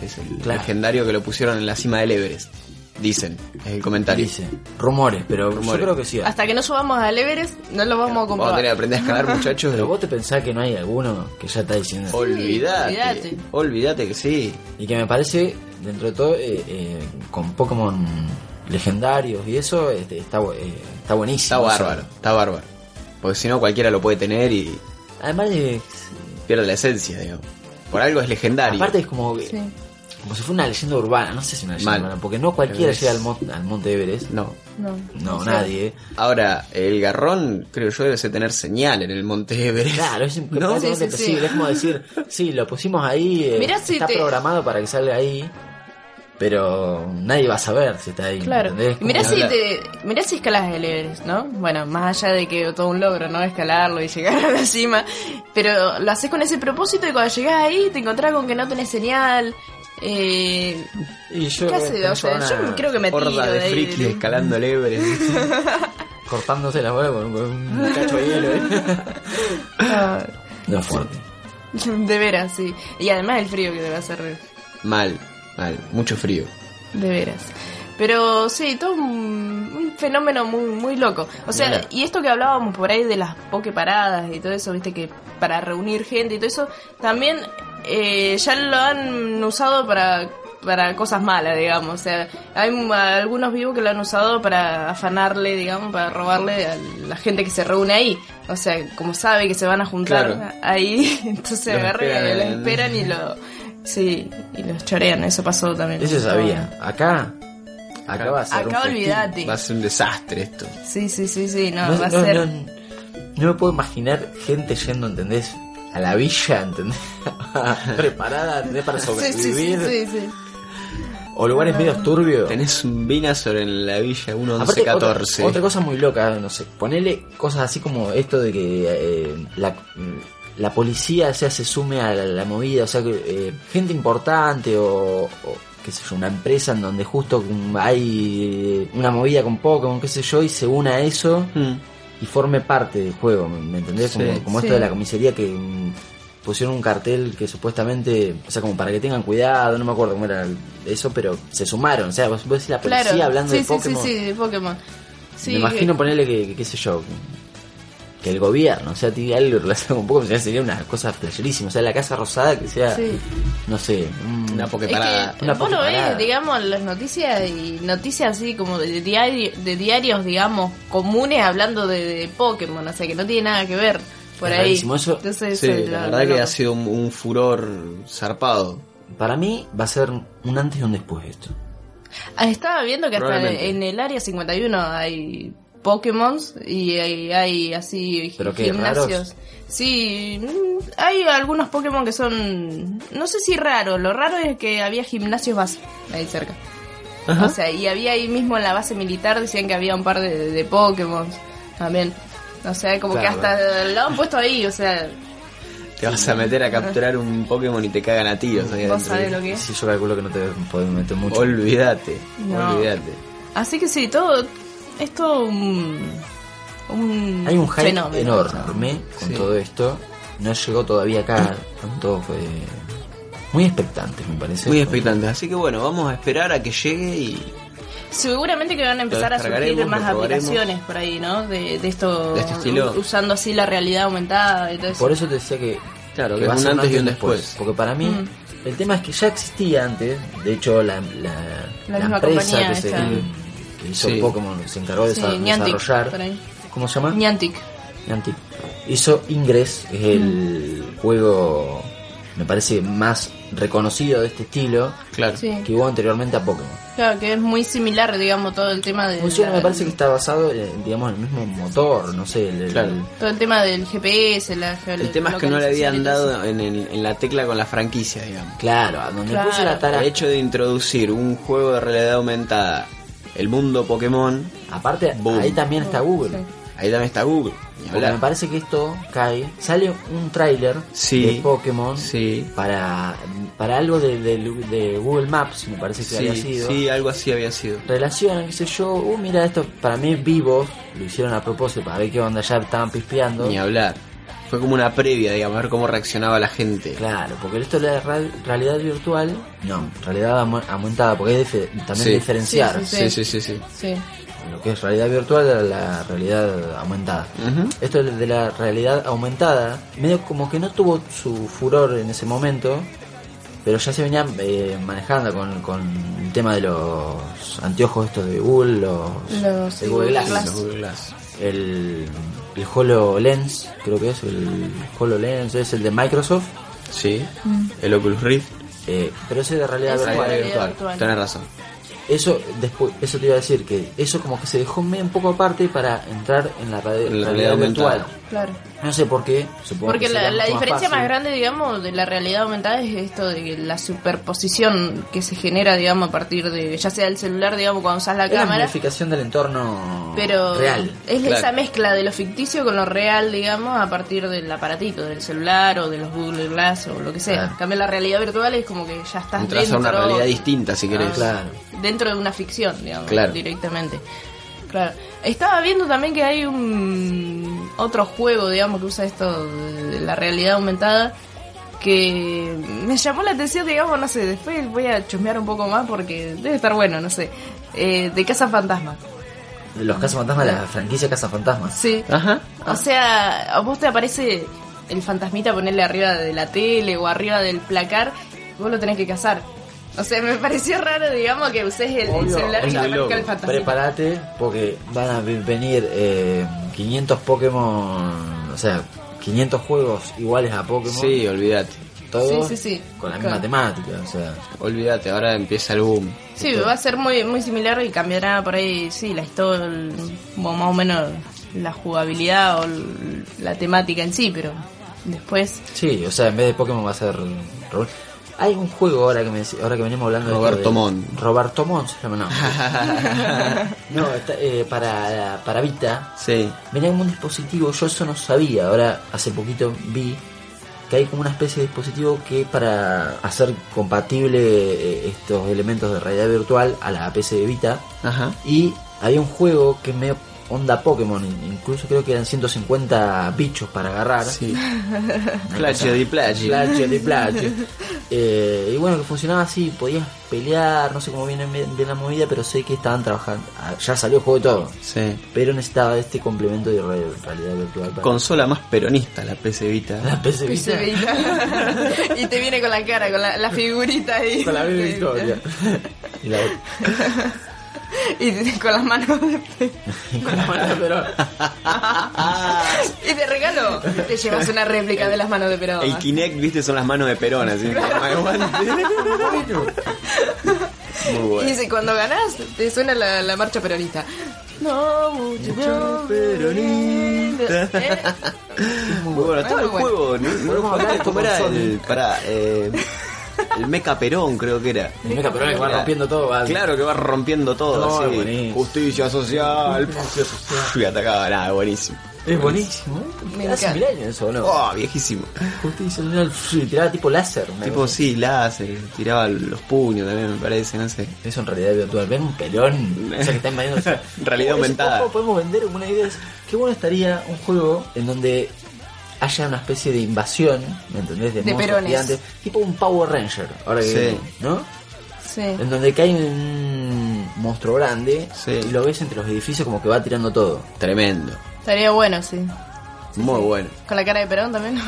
Speaker 3: Es el
Speaker 5: Claro.
Speaker 3: legendario que lo pusieron en la cima del Everest. Dicen, es el comentario.
Speaker 5: Dice, rumores, pero
Speaker 3: Rumores.
Speaker 5: yo creo que sí.
Speaker 4: Hasta que no subamos al Everest, no lo vamos a
Speaker 3: Vamos a
Speaker 4: comprobar.
Speaker 3: tener que aprender a escalar, muchachos.
Speaker 5: Pero vos te pensás que no hay alguno que ya está diciendo...
Speaker 3: Olvídate.
Speaker 4: olvídate.
Speaker 3: Olvídate que sí.
Speaker 5: Y que me parece, dentro de todo, eh, eh, con Pokémon legendarios y eso, este, está, bu- eh, está
Speaker 3: Está
Speaker 5: buenísimo. eso.
Speaker 3: bárbaro, está bárbaro. Porque si no, cualquiera lo puede tener y
Speaker 5: Además de...
Speaker 3: pierde la esencia, digamos. Por algo es legendario.
Speaker 5: Aparte es como... que-
Speaker 4: Sí.
Speaker 5: Como si fuera una leyenda urbana, no sé si una leyenda
Speaker 3: Mal.
Speaker 5: urbana, porque no cualquiera
Speaker 3: Everest.
Speaker 5: llega al, mon- al Monte Everest.
Speaker 3: No.
Speaker 4: No,
Speaker 5: No,
Speaker 4: sé.
Speaker 5: nadie.
Speaker 3: Ahora, el garrón, creo yo, debe ser tener señal en el Monte Everest.
Speaker 5: Claro, es
Speaker 3: ¿No?
Speaker 5: imposible.
Speaker 4: Sí, sí, sí.
Speaker 5: Es como decir, sí, lo pusimos ahí, eh,
Speaker 4: Mirá si
Speaker 5: está
Speaker 4: te-
Speaker 5: programado para que salga ahí, pero nadie va a saber si está ahí.
Speaker 4: Claro.
Speaker 5: ¿entendés?
Speaker 4: Y mirá
Speaker 5: Como-
Speaker 4: si,
Speaker 3: hablar.
Speaker 4: te, mirá si escalas el Everest, ¿no? Bueno, más allá de que todo un logro, ¿no? Escalarlo y llegar a la cima. Pero lo haces con ese propósito y cuando llegás ahí te encontrás con que no tenés señal. Eh,
Speaker 5: Y yo,
Speaker 4: ¿Qué haces? O sea, yo creo que me tiro
Speaker 3: Horda de
Speaker 4: ahí.
Speaker 3: frikis escalando el Everest.
Speaker 5: Cortándose la bola con con un cacho de hielo. ¿eh?
Speaker 4: Ah,
Speaker 5: No es fuerte.
Speaker 4: de veras, sí. Y además el frío que debe hacer.
Speaker 3: Mal, mal, mucho frío.
Speaker 4: De veras. Pero sí, todo un, un fenómeno muy, muy loco. O sea,
Speaker 5: Claro.
Speaker 4: y esto que hablábamos por ahí de las pokeparadas y todo eso, viste, que para reunir gente y todo eso, también eh, ya lo han usado para para cosas malas, digamos. O sea, hay m- algunos vivos que lo han usado para afanarle, digamos, para robarle a la gente que se reúne ahí. O sea, como sabe que se van a juntar
Speaker 3: Claro.
Speaker 4: ahí, entonces
Speaker 3: Los
Speaker 4: agarran, y
Speaker 3: esperan.
Speaker 4: los esperan y lo... Sí, y los chorean, eso pasó también.
Speaker 5: Eso sabía. Acá,
Speaker 3: Acá-
Speaker 5: acá va a ser.
Speaker 4: Acá
Speaker 5: un festín.
Speaker 4: olvidate.
Speaker 3: Va a ser un desastre esto.
Speaker 4: Sí, sí, sí, sí, no,
Speaker 5: No,
Speaker 4: Ah, va a
Speaker 5: no,
Speaker 4: ser...
Speaker 5: no, no me puedo imaginar gente yendo, ¿entendés? A la villa, ¿entendés? Preparada, ¿entendés? Para
Speaker 4: Sí, sí, sí,
Speaker 5: sobrevivir.
Speaker 4: sí, sí.
Speaker 5: O lugares medio turbios.
Speaker 3: Tenés un Vinazor en la villa
Speaker 5: Aparte, otra-
Speaker 3: 1114.
Speaker 5: Otra, cosa muy loca, no sé, ponele cosas así como esto de que eh, la, la policía o sea, se sume a la, la movida, o sea, que eh, gente importante o, o, qué sé yo, una empresa en donde justo hay eh, una movida con Pokémon, qué sé yo, y se une a eso
Speaker 3: Mm.
Speaker 5: y forme parte del juego, ¿me me entendés?
Speaker 3: Sí.
Speaker 5: como como
Speaker 4: Sí.
Speaker 5: esto de la comisaría que mm, pusieron un cartel que supuestamente, o sea, como para que tengan cuidado, no me acuerdo cómo era eso, pero se sumaron, o sea, vos, vos decís la policía
Speaker 4: Claro.
Speaker 5: hablando
Speaker 4: sí,
Speaker 5: de
Speaker 4: sí,
Speaker 5: Pokémon.
Speaker 4: sí, sí, de Pokémon. Sí,
Speaker 5: Me imagino ponerle que, que- qué sé yo, que- que el gobierno, o sea, tiene algo relacionado con Pokémon, o sea, sería una cosa flasherísima, o sea, la Casa Rosada que sea,
Speaker 4: Sí.
Speaker 5: no sé, mm, un-
Speaker 3: Una poke
Speaker 4: Es
Speaker 3: parada.
Speaker 4: que
Speaker 5: una
Speaker 4: vos lo
Speaker 5: pokeparada.
Speaker 4: ves, digamos, las noticias y noticias así como de, diario, de diarios, digamos, comunes hablando de, de Pokémon, o sea que no tiene nada que ver por
Speaker 5: Es
Speaker 4: ahí.
Speaker 5: rarísimo eso.
Speaker 4: Entonces,
Speaker 3: Sí,
Speaker 4: eso es
Speaker 3: la
Speaker 4: lo-
Speaker 3: verdad
Speaker 4: lo
Speaker 3: que ha
Speaker 4: loco.
Speaker 3: sido un, un furor zarpado.
Speaker 5: para mí va a ser un antes y un después de esto.
Speaker 4: Ah, Estaba viendo que hasta
Speaker 3: Probablemente.
Speaker 4: en el área 51 hay Pokémon y hay, hay así gi-
Speaker 5: ¿Pero qué,
Speaker 4: gimnasios.
Speaker 5: raros?
Speaker 4: Sí, mm, hay algunos Pokémon que son, no sé si raro, lo raro es que había gimnasios base ahí cerca. O sea, y había ahí mismo en la base militar, decían que había un par de, de Pokémon también. O sea, como
Speaker 3: Claro.
Speaker 4: que hasta lo han puesto ahí, o sea,
Speaker 3: Te vas a meter a capturar un Pokémon y te cagan a tiros ahí
Speaker 4: vos
Speaker 3: adentro.
Speaker 4: sabés lo que es.
Speaker 5: Si yo calculo que no te podés meter mucho.
Speaker 3: Olvídate,
Speaker 4: No.
Speaker 3: olvídate.
Speaker 4: Así que sí, todo, es todo un, un
Speaker 5: Hay un hype
Speaker 4: fenómeno.
Speaker 5: enorme con
Speaker 3: Sí.
Speaker 5: todo esto, no llegó todavía acá, tanto fue muy expectante me parece.
Speaker 3: Muy expectante. Así que bueno, vamos a esperar a que llegue y
Speaker 4: Seguramente que van a empezar a surgir
Speaker 3: descargaremos,
Speaker 4: más
Speaker 3: lo probaremos.
Speaker 4: aplicaciones por ahí, ¿no? De, de esto,
Speaker 3: De este estilo.
Speaker 4: u- usando así la realidad aumentada y todo eso.
Speaker 5: Por eso te decía que.
Speaker 3: Claro, que
Speaker 5: va a
Speaker 3: un
Speaker 5: ser
Speaker 3: antes y un después.
Speaker 5: Porque para mí, el tema es que ya existía antes. De hecho, la, la,
Speaker 4: Mm. La
Speaker 5: la
Speaker 4: misma
Speaker 5: empresa
Speaker 4: compañía
Speaker 5: que, se,
Speaker 4: esta.
Speaker 5: que hizo
Speaker 3: Sí.
Speaker 5: Pokémon, que se encargó de
Speaker 4: Sí,
Speaker 5: desa-
Speaker 4: Niantic, por
Speaker 5: desarrollar.
Speaker 4: ahí.
Speaker 5: ¿Cómo se llama?
Speaker 4: Niantic.
Speaker 5: Niantic. Hizo Ingress, que es el
Speaker 4: Mm.
Speaker 5: juego, me parece, más reconocido de este estilo
Speaker 3: claro.
Speaker 4: Sí.
Speaker 5: que hubo anteriormente a Pokémon.
Speaker 4: Claro, que es muy similar, digamos, todo el tema de
Speaker 5: Muy similar,
Speaker 4: la-
Speaker 5: me parece que está basado, en, digamos, en el mismo motor, no sé, el- el-
Speaker 3: Claro.
Speaker 4: todo el tema del GPS, la
Speaker 3: El tema es que no le habían dado en, el- en la tecla con la franquicia, digamos.
Speaker 5: Claro, a donde
Speaker 4: Claro.
Speaker 5: puso la tara.
Speaker 3: El hecho de introducir un juego de realidad aumentada, el mundo Pokémon,
Speaker 5: Aparte,
Speaker 3: Boom.
Speaker 5: ahí también está Google.
Speaker 3: ahí también está Google. Ni
Speaker 5: Porque me
Speaker 3: hablar.
Speaker 5: parece que esto cae. Sale un tráiler
Speaker 3: Sí.
Speaker 5: de Pokémon
Speaker 3: Sí.
Speaker 5: para, para algo de, de- de Google Maps, me parece que había
Speaker 3: Sí,
Speaker 5: sido.
Speaker 3: sí, algo así había sido.
Speaker 5: Relacionan, qué sé yo, uh, mira esto, para mí vivos, lo hicieron a propósito, para ver qué onda ya estaban pispeando.
Speaker 3: Ni hablar. Fue como una previa, digamos, a ver cómo reaccionaba la gente.
Speaker 5: Claro, porque esto de la real- realidad virtual, no, realidad amu- aumentada, porque es dife- también
Speaker 3: Sí.
Speaker 5: diferenciar
Speaker 4: Sí, sí,
Speaker 3: Sí, sí, sí, sí.
Speaker 4: Sí,
Speaker 5: lo que es realidad virtual a la realidad aumentada.
Speaker 3: Ujú.
Speaker 5: Esto de la realidad aumentada, medio como que no tuvo su furor en ese momento, pero ya se venía eh, manejando con, con el tema de los anteojos estos de Google, los,
Speaker 4: Los
Speaker 5: el Google Glass,
Speaker 4: Glass.
Speaker 3: Los Google Glass.
Speaker 5: el, el HoloLens, creo que es el HoloLens, es el de Microsoft,
Speaker 3: Sí. El Oculus Rift.
Speaker 5: eh, pero ese de realidad
Speaker 4: Ese
Speaker 5: Mm. virtual.
Speaker 4: realidad
Speaker 3: Realidad virtual.
Speaker 4: virtual.
Speaker 3: Tenés razón.
Speaker 5: Eso después, eso te iba a decir que eso como que se dejó medio un poco aparte para entrar en la, radi-
Speaker 3: En la
Speaker 5: realidad,
Speaker 3: realidad
Speaker 5: virtual.
Speaker 3: aumentada.
Speaker 4: claro.
Speaker 5: No sé por qué, supongo
Speaker 4: Porque
Speaker 5: que
Speaker 4: la,
Speaker 5: sería
Speaker 4: la
Speaker 5: mucho
Speaker 4: diferencia más,
Speaker 5: fácil.
Speaker 4: grande, digamos, de la realidad aumentada es esto de que la superposición que se genera, digamos, a partir de, ya sea el celular, digamos, cuando usas la
Speaker 5: Es la
Speaker 4: cámara,
Speaker 5: modificación del entorno
Speaker 4: pero
Speaker 5: real.
Speaker 4: es
Speaker 3: Claro.
Speaker 4: esa mezcla de lo ficticio con lo real, digamos, a partir del aparatito, del celular o de los Google Glass o lo que sea.
Speaker 5: Claro.
Speaker 4: En cambio, la realidad virtual es como que ya estás
Speaker 3: Entras a
Speaker 4: dentro
Speaker 3: una realidad distinta, si
Speaker 4: Ah.
Speaker 3: querés.
Speaker 5: Ah, Claro.
Speaker 4: dentro de una ficción, digamos,
Speaker 3: Claro.
Speaker 4: directamente. Claro. Estaba viendo también que hay un otro juego, digamos, que usa esto de la realidad aumentada, que me llamó la atención, digamos, no sé, después voy a chusmear un poco más porque debe estar bueno, no sé, eh, de Casa Fantasma.
Speaker 5: Los cazafantasmas, la franquicia cazafantasmas.
Speaker 4: Sí.
Speaker 3: Ajá.
Speaker 4: O sea, a vos te aparece el fantasmita ponerle arriba de la tele o arriba del placar, vos lo tenés que cazar. O sea, me pareció raro, digamos, que uses el, el
Speaker 5: Obvio,
Speaker 4: celular y
Speaker 5: es
Speaker 4: te
Speaker 5: muy
Speaker 4: aparezca el
Speaker 3: loco.
Speaker 4: fantasmita.
Speaker 5: Prepárate porque van a vi- venir eh, 500 Pokémon, o sea, 500 juegos iguales a Pokémon.
Speaker 3: Sí, olvídate.
Speaker 5: todos
Speaker 4: Sí, sí, sí.
Speaker 5: con la
Speaker 4: Claro.
Speaker 5: misma temática, o sea,
Speaker 3: Olvídate, ahora empieza el boom.
Speaker 4: Sí, va a ser muy muy similar y cambiará por ahí, sí, la historia, como más o menos la jugabilidad o l- la temática en sí, pero después...
Speaker 5: sí, o sea, en vez de Pokémon va a ser Robert- Hay un juego ahora que me decí- ahora que venimos hablando de esto
Speaker 3: Roberto
Speaker 5: de
Speaker 3: Mon.
Speaker 5: Roberto Mon se llama, no. no, está, eh, para para Vita
Speaker 3: Sí.
Speaker 5: venía como un dispositivo, yo eso no sabía, ahora hace poquito vi que hay como una especie de dispositivo que para hacer compatible eh, estos elementos de realidad virtual a la PC de Vita
Speaker 3: Ajá.
Speaker 5: y había un juego que me onda Pokémon, incluso creo que eran 150 bichos para agarrar.
Speaker 3: Sí. Plagio di plagio.
Speaker 5: Plagio de plagio. Eh, y bueno, que funcionaba así, podías pelear, no sé cómo viene bien bien la movida, pero sé que estaban trabajando. ah, Ya salió el juego y todo.
Speaker 3: Sí.
Speaker 5: Pero necesitaba este complemento de re- realidad virtual para
Speaker 3: Consola más peronista, la PC Vita.
Speaker 5: la PC Vita.
Speaker 4: y te viene con la cara, con la, la figurita ahí.
Speaker 5: Con la misma historia. y la
Speaker 4: Y te- con las manos de pe-
Speaker 5: y con la mano, pero.
Speaker 4: Y de regalo te llevas una réplica de las manos de Perón.
Speaker 3: El Kinect, viste, son las manos de Perón, así. en forma de guante. Muy
Speaker 4: Y
Speaker 3: bueno.
Speaker 4: dice, cuando ganás, te suena la, la marcha peronista. No, mucho
Speaker 3: peronista. Muy bueno, estaba
Speaker 4: Muy
Speaker 3: el
Speaker 4: bueno.
Speaker 3: juego, ¿no? No
Speaker 5: Vamos a hablar de
Speaker 3: ¿Cómo era
Speaker 5: Pokémon
Speaker 3: el.
Speaker 5: Sonic.
Speaker 3: Pará, eh, el Meca Perón, creo que era.
Speaker 5: El meca Perón que va rompiendo todo, va-
Speaker 3: Claro que va rompiendo todo,
Speaker 5: No,
Speaker 3: así.
Speaker 5: es buenísimo.
Speaker 3: Justicia social. Y atacaba, nada, buenísimo.
Speaker 5: Es buenísimo. ¿eh?
Speaker 4: Me
Speaker 5: Hace
Speaker 4: encanta.
Speaker 5: mil años eso, ¿no?
Speaker 3: Oh, viejísimo.
Speaker 5: Justicia social, sí, tiraba tipo láser. una
Speaker 3: Tipo,
Speaker 5: cosa.
Speaker 3: sí, láser, tiraba los puños también, me parece, no sé.
Speaker 5: Eso en realidad virtual. Ven un pelón. O sea, que está invadiendo. o sea,
Speaker 3: Realidad
Speaker 5: ¿cómo-
Speaker 3: aumentada.
Speaker 5: ¿Cómo podemos vender una idea? Es, Qué bueno estaría un juego en donde haya una especie de invasión, ¿me entendés? De,
Speaker 4: De
Speaker 5: monstruos
Speaker 4: perones.
Speaker 5: gigantes. Tipo un Power Ranger. Ahora que
Speaker 3: Sí.
Speaker 5: viene, ¿no?
Speaker 4: Sí.
Speaker 5: En donde cae un monstruo grande
Speaker 3: Sí.
Speaker 5: y lo ves entre los edificios como que va tirando todo.
Speaker 3: Tremendo.
Speaker 4: Estaría bueno, sí.
Speaker 3: Muy bueno.
Speaker 4: Con la cara de Perón también.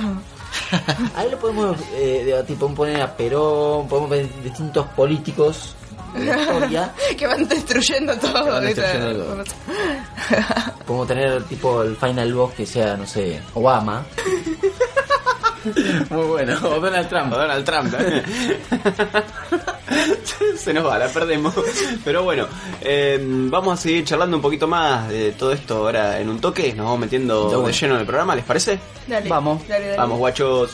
Speaker 5: Ahí lo podemos eh, debatir, podemos poner a Perón, podemos poner distintos políticos de la historia.
Speaker 4: que van destruyendo todo.
Speaker 3: Que van
Speaker 4: ¿viste?
Speaker 3: destruyendo todo.
Speaker 5: Podemos tener tipo el Final Boss que sea, no sé, Obama.
Speaker 3: Muy bueno. O Donald Trump. Donald Trump. ¿eh? Se nos va, la perdemos. Pero bueno, eh, vamos a seguir charlando un poquito más de todo esto ahora en un toque. Nos vamos metiendo
Speaker 5: De una.
Speaker 3: de lleno en el programa, ¿les parece?
Speaker 4: Dale,
Speaker 3: vamos.
Speaker 4: dale, dale.
Speaker 3: Vamos, guachos.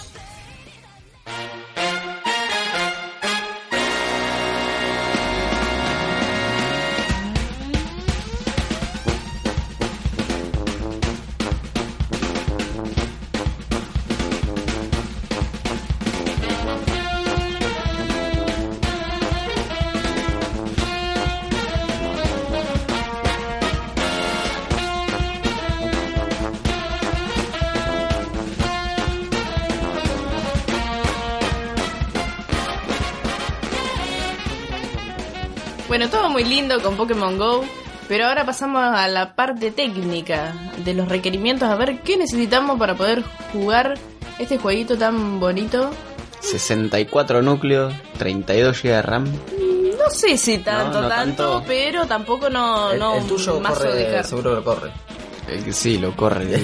Speaker 4: Bueno, todo muy lindo con Pokémon Go, pero ahora pasamos a la parte técnica de los requerimientos, a ver qué necesitamos para poder jugar este jueguito tan bonito.
Speaker 3: 64 núcleos, 32 GB de RAM.
Speaker 4: No sé si tanto,
Speaker 3: No, no
Speaker 4: tanto,
Speaker 3: tanto.
Speaker 4: pero tampoco no,
Speaker 5: el,
Speaker 4: no
Speaker 5: el tuyo
Speaker 4: un mazo
Speaker 5: corre,
Speaker 4: de cartas.
Speaker 5: seguro que corre.
Speaker 3: Eh, Sí, lo corre.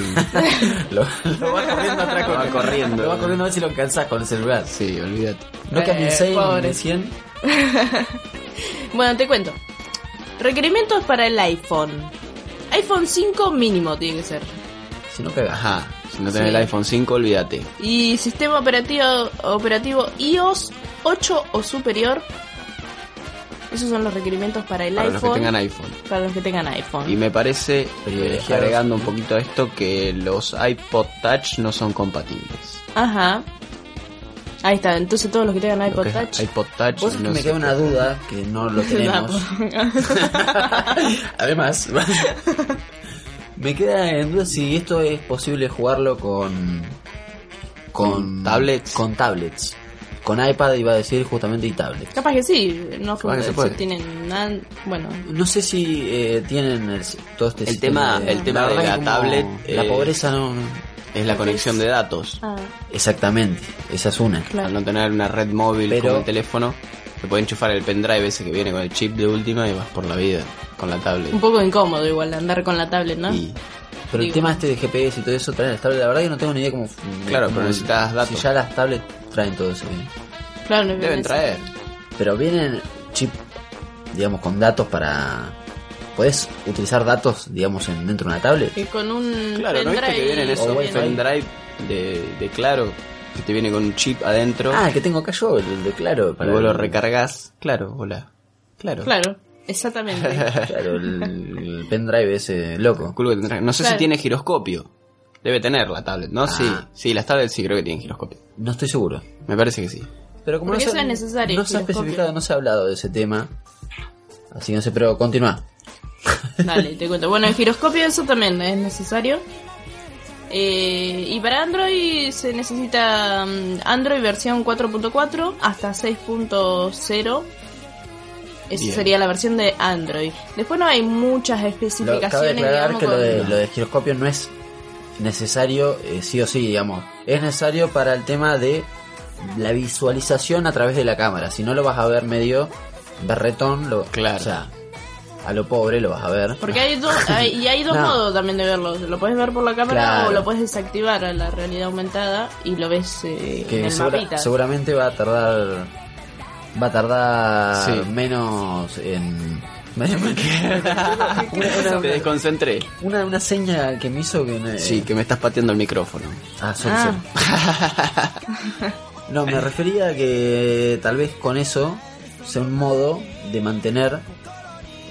Speaker 5: Lo, lo va corriendo
Speaker 3: Lo
Speaker 5: atrás
Speaker 3: va
Speaker 5: con
Speaker 3: corriendo.
Speaker 5: Lo va corriendo a ver si lo alcanzás con el celular.
Speaker 3: sí, olvídate.
Speaker 5: No que a
Speaker 4: Eh,
Speaker 5: mi 6
Speaker 4: pobre.
Speaker 5: ni 100.
Speaker 4: Bueno, te cuento. Requerimientos para el iPhone. iPhone 5 mínimo tiene que ser.
Speaker 5: Si no cagás.
Speaker 3: Ajá. Si no tenés
Speaker 4: Sí.
Speaker 3: el iPhone 5, olvídate.
Speaker 4: Y sistema operativo, operativo iOS 8 o superior. Esos son los requerimientos para el
Speaker 3: Para los
Speaker 4: iPhone.
Speaker 3: que tengan iPhone.
Speaker 4: Para los que tengan iPhone.
Speaker 3: Y me parece, eh,
Speaker 5: Privilegiados.
Speaker 3: agregando un poquito a esto, que los iPod Touch no son compatibles.
Speaker 4: Ajá. Ahí está, entonces todos los que tengan
Speaker 3: Lo
Speaker 4: iPod
Speaker 3: que es
Speaker 4: Touch.
Speaker 3: iPod Touch.
Speaker 5: Vos sabés que
Speaker 3: no
Speaker 5: me
Speaker 3: sé.
Speaker 5: queda una duda que no lo tenemos. Además, me queda en duda si esto es posible jugarlo con con
Speaker 3: tablets.
Speaker 5: Con tablets. Con iPad iba a decir justamente y tablets.
Speaker 4: Capaz que sí, no
Speaker 5: Capaz que se puede.
Speaker 4: tienen nada. Bueno,
Speaker 5: No sé si eh, tienen el- todo este
Speaker 3: El
Speaker 5: sistema
Speaker 3: tema- el tema de
Speaker 5: verdad
Speaker 3: la
Speaker 5: es como-
Speaker 3: tablet,
Speaker 5: La
Speaker 3: eh,
Speaker 5: pobreza no, no-
Speaker 3: Es
Speaker 5: Ah,
Speaker 3: la conexión de datos.
Speaker 4: ah,
Speaker 5: Exactamente, esa es una.
Speaker 4: claro.
Speaker 3: Al no tener una red móvil
Speaker 5: Pero-
Speaker 3: como el teléfono, te puede enchufar el pendrive ese que viene con el chip de última y vas por la vida con la tablet.
Speaker 4: Un poco incómodo igual andar con la tablet, ¿no?
Speaker 3: Y
Speaker 5: Pero el
Speaker 4: Ah, Digo.
Speaker 5: tema este de GPS y todo eso traen las tablets. La verdad que no tengo ni idea cómo. fun-
Speaker 3: Claro,
Speaker 5: cómo-
Speaker 3: pero necesitas datos.
Speaker 5: Si ya las tablets traen todo eso. ¿eh?
Speaker 4: Claro, no
Speaker 3: deben
Speaker 4: es-
Speaker 3: traer.
Speaker 5: Pero vienen chip, digamos, con datos para. Podés utilizar datos, digamos, en, dentro de una tablet.
Speaker 4: Y con un
Speaker 3: Claro, ¿no viste que vienen
Speaker 5: O
Speaker 3: esos
Speaker 5: wifi.
Speaker 3: pendrive de, de claro? Que te viene con un chip adentro
Speaker 5: Ah, el que tengo acá yo, el, el de claro.
Speaker 3: y vos lo
Speaker 5: el-
Speaker 3: recargas. Claro, hola. Claro.
Speaker 4: Claro, exactamente.
Speaker 5: Claro, el, el pendrive ese loco.
Speaker 3: Calculo que tendrá- No sé
Speaker 4: Claro.
Speaker 3: si tiene giroscopio. Debe tener la tablet, ¿no? Sí, sí, las tablets sí creo que tienen giroscopio.
Speaker 5: No estoy seguro.
Speaker 3: Me parece que sí.
Speaker 5: Pero como
Speaker 4: Porque
Speaker 5: no se,
Speaker 4: eso es necesario,
Speaker 5: no se ha
Speaker 4: giroscopio.
Speaker 5: especificado, no se ha hablado de ese tema. Así que no sé, pero continúa.
Speaker 4: Dale, te cuento. Bueno, el giroscopio eso también es necesario. Eh, y para Android se necesita mm, Android versión 4.4 hasta 6.0. Esa
Speaker 3: Bien.
Speaker 4: sería la versión de Android. Después no hay muchas
Speaker 5: Lo,
Speaker 4: especificaciones.
Speaker 5: cabe aclarar
Speaker 4: digamos,
Speaker 5: que lo
Speaker 4: con-
Speaker 5: de, lo de giroscopio no es necesario, eh, sí o sí, digamos. Es necesario para el tema de la visualización a través de la cámara. Si no lo vas a ver medio berretón, lo,
Speaker 3: Claro.
Speaker 5: o sea, a lo pobre lo vas a ver.
Speaker 4: Porque hay dos, hay- y hay dos
Speaker 5: No.
Speaker 4: modos también de verlo. Lo puedes ver por la cámara
Speaker 5: Claro.
Speaker 4: o lo puedes desactivar a la realidad aumentada y lo ves eh, en
Speaker 5: que
Speaker 4: el
Speaker 5: segura-
Speaker 4: mapita.
Speaker 5: seguramente va a tardar va a tardar
Speaker 3: Sí.
Speaker 5: menos en una,
Speaker 3: Te
Speaker 5: una-
Speaker 3: desconcentré.
Speaker 5: una- una seña que me hizo que me-
Speaker 3: Sí, que me estás pateando el micrófono.
Speaker 5: Ah, sorry,
Speaker 4: Ah.
Speaker 5: sorry. no me refería a que tal vez con eso sea un modo de mantener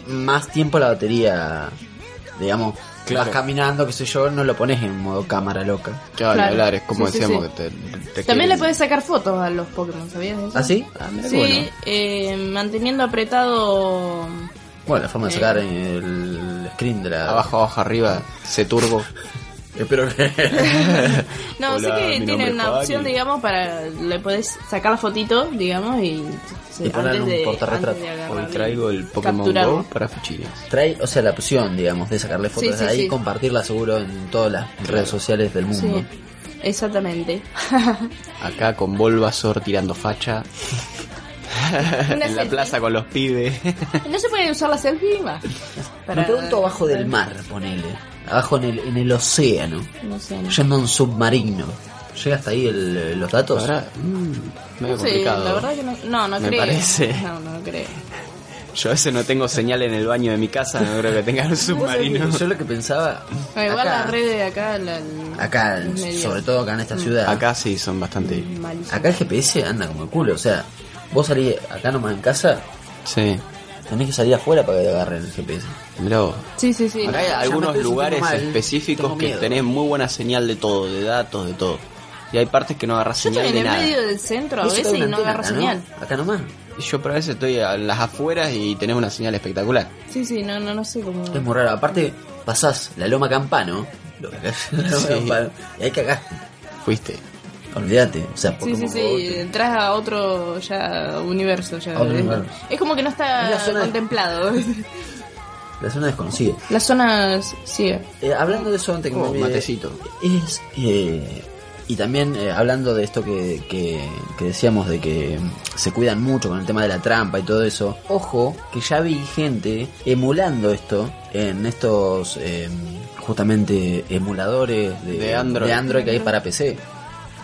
Speaker 5: más tiempo la batería digamos
Speaker 3: Claro.
Speaker 5: vas caminando qué sé yo no lo pones en modo cámara loca
Speaker 3: Que van a
Speaker 4: Claro.
Speaker 3: hablar, es como
Speaker 4: Sí, sí,
Speaker 3: decíamos
Speaker 4: sí.
Speaker 3: que te, te
Speaker 4: También
Speaker 3: quieren-
Speaker 4: le puedes sacar fotos a los Pokémon, ¿sabías eso?
Speaker 5: ¿Ah, sí?
Speaker 4: Sí, eh, manteniendo apretado.
Speaker 5: Bueno, la forma
Speaker 4: Eh.
Speaker 5: de sacar el screen de la.
Speaker 3: Abajo, abajo, arriba, se turbo.
Speaker 5: Espero que.
Speaker 4: No,
Speaker 3: Hola,
Speaker 4: sé que
Speaker 3: mi nombre
Speaker 4: tiene
Speaker 3: es
Speaker 4: una
Speaker 3: Juan
Speaker 4: opción,
Speaker 3: y-
Speaker 4: digamos, para. Le podés sacar la fotito, digamos, y. se-
Speaker 5: Y ponerle un portarretrato.
Speaker 4: antes de agarrarlo
Speaker 3: Hoy
Speaker 4: y
Speaker 3: traigo el Pokémon
Speaker 4: capturarlo.
Speaker 3: Go para fuchilas.
Speaker 5: Trae, o sea, la opción, digamos, de sacarle fotos
Speaker 4: Sí, sí,
Speaker 5: de ahí
Speaker 4: sí.
Speaker 5: y compartirla seguro en todas las redes sociales del
Speaker 4: Sí,
Speaker 5: mundo.
Speaker 4: exactamente.
Speaker 3: Acá con Bulbasaur tirando facha.
Speaker 4: Una
Speaker 3: en la
Speaker 4: selfie.
Speaker 3: plaza con los pibes.
Speaker 4: ¿No se puede usar la selfie? Va.
Speaker 5: Me pregunto abajo del mar, ponele. Abajo en el, en el océano.
Speaker 4: No sé. no.
Speaker 5: Yendo en submarino. ¿Llega hasta ahí el- eh, los datos?
Speaker 3: Ahora, mm, medio
Speaker 4: No sé,
Speaker 3: complicado.
Speaker 4: la verdad que no. No, no
Speaker 3: Me
Speaker 4: creo.
Speaker 3: parece.
Speaker 4: No, no creo.
Speaker 3: Yo a veces no tengo señal en el baño de mi casa, no creo que tenga un submarino.
Speaker 5: Yo lo que pensaba.
Speaker 4: No, igual
Speaker 5: acá,
Speaker 4: la red de acá. La, la-
Speaker 5: acá,
Speaker 4: es medio
Speaker 5: sobre todo acá en esta ciudad.
Speaker 3: Acá sí son bastante.
Speaker 4: malísima.
Speaker 5: Acá el GPS anda como el culo. O sea, vos salís acá nomás en casa,
Speaker 3: Sí,
Speaker 5: tenés que salir afuera para que te agarren el GPS.
Speaker 3: mirá vos.
Speaker 4: Sí, sí, sí.
Speaker 3: Acá hay
Speaker 5: Ya me
Speaker 3: algunos
Speaker 5: estoy
Speaker 3: lugares
Speaker 5: sintiendo mal,
Speaker 3: específicos
Speaker 5: tengo
Speaker 3: que
Speaker 5: miedo.
Speaker 3: tenés muy buena señal de todo, de datos, de todo. Y hay partes que no agarras
Speaker 4: Yo estoy
Speaker 3: señal
Speaker 4: en
Speaker 3: de
Speaker 4: el
Speaker 3: nada.
Speaker 4: medio del centro a
Speaker 5: Eso
Speaker 4: veces
Speaker 5: está
Speaker 4: y
Speaker 5: en
Speaker 4: no
Speaker 5: la
Speaker 4: agarro
Speaker 5: antena,
Speaker 4: señal.
Speaker 5: ¿no? Acá nomás.
Speaker 3: Yo pero a veces estoy en las afueras y tenés una señal espectacular.
Speaker 4: Sí, sí, no, no, no sé cómo.
Speaker 5: Es muy raro. Aparte, pasás la loma campano. Lo que acá es la loma
Speaker 3: Sí.
Speaker 5: campano. Y ahí cagaste.
Speaker 3: Fuiste.
Speaker 5: Olvídate. O sea,
Speaker 4: Sí, sí,
Speaker 5: Pokémon
Speaker 4: sí,
Speaker 5: Go, te-
Speaker 4: entras a otro ya universo. ya
Speaker 5: A otro
Speaker 4: es,
Speaker 5: universo.
Speaker 4: es como que no
Speaker 5: Es la
Speaker 4: está
Speaker 5: zona de-
Speaker 4: contemplado.
Speaker 5: La zona desconocida.
Speaker 4: La zona sigue.
Speaker 5: Eh, hablando de eso, antes que me
Speaker 3: Oh,
Speaker 5: olvide,
Speaker 3: matecito.
Speaker 5: Es, eh, y también eh, hablando de esto que, que, que decíamos de que mm, se cuidan mucho con el tema de la trampa y todo eso. Ojo, que ya vi gente emulando esto en estos eh, justamente emuladores de,
Speaker 3: De Android.
Speaker 5: de Android que hay para PC.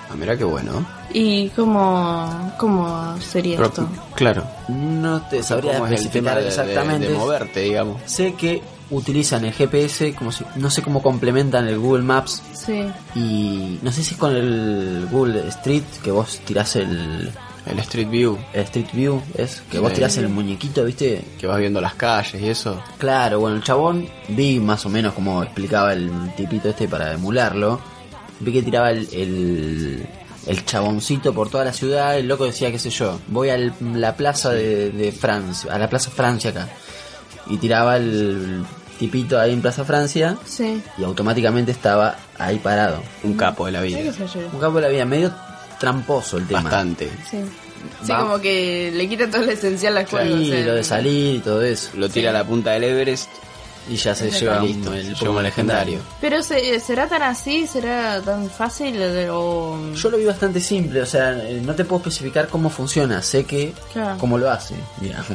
Speaker 3: Ah, mirá qué bueno.
Speaker 4: ¿Y cómo, cómo sería
Speaker 3: Pero-
Speaker 4: esto?
Speaker 3: claro.
Speaker 5: No te sabría
Speaker 3: ¿Cómo es el tema
Speaker 5: especificar
Speaker 3: de, de-
Speaker 5: exactamente.
Speaker 3: de moverte, digamos.
Speaker 5: Sé que utilizan el GPS, como si, no sé cómo complementan el Google Maps
Speaker 4: Sí.
Speaker 5: y no sé si es con el Google Street que vos tirás el,
Speaker 3: El Street View,
Speaker 5: el Street View, es que vos
Speaker 3: Sí.
Speaker 5: tirás el muñequito, ¿viste?
Speaker 3: que vas viendo las calles y eso.
Speaker 5: Claro, bueno, el chabón vi más o menos como explicaba el tipito este para emularlo. Vi que tiraba el, el, el chaboncito por toda la ciudad. El loco decía, qué sé yo, voy a la plaza de, de Francia, a la plaza Francia acá. Y tiraba el tipito ahí en Plaza Francia
Speaker 4: Sí.
Speaker 5: y automáticamente estaba ahí parado.
Speaker 3: Un capo de la vida.
Speaker 4: ¿Qué sé yo?
Speaker 5: Un capo de la vida, medio tramposo el tema.
Speaker 3: Bastante.
Speaker 4: Sí. Sí,
Speaker 5: Va.
Speaker 4: como que le quita todo lo esencial al juego. o
Speaker 5: Y
Speaker 4: sea,
Speaker 5: lo de salir y todo eso.
Speaker 3: Lo tira a la punta del Everest.
Speaker 5: Y ya se
Speaker 4: Está
Speaker 5: lleva
Speaker 3: listo,
Speaker 5: un-
Speaker 3: se
Speaker 5: el
Speaker 3: lleva un
Speaker 5: Pokémon
Speaker 3: legendario.
Speaker 5: legendario.
Speaker 4: Pero se- será tan así, será tan fácil eh, o
Speaker 5: Yo lo vi bastante simple, o sea, eh, no te puedo especificar cómo funciona, sé que
Speaker 4: Claro. Eh,
Speaker 5: cómo lo hace, digamos.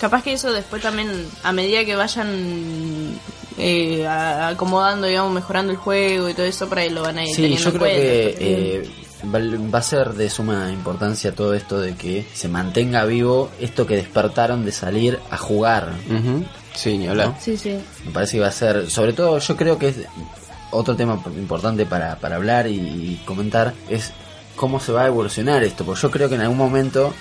Speaker 4: capaz que eso después también a medida que vayan eh, a- acomodando, digamos, mejorando el juego y todo eso por ahí lo van a ir
Speaker 5: Sí,
Speaker 4: teniendo
Speaker 5: yo
Speaker 4: en
Speaker 5: creo
Speaker 4: cuenta,
Speaker 5: que
Speaker 4: porque-
Speaker 5: eh, va va a ser de suma importancia todo esto de que se mantenga vivo esto que despertaron de salir a jugar.
Speaker 3: Ujú. Sí, ni hablar.
Speaker 4: Sí, sí.
Speaker 5: Me parece que va a ser, sobre todo yo creo que es otro tema importante para, para hablar y, y comentar, es cómo se va a evolucionar esto, porque yo creo que en algún momento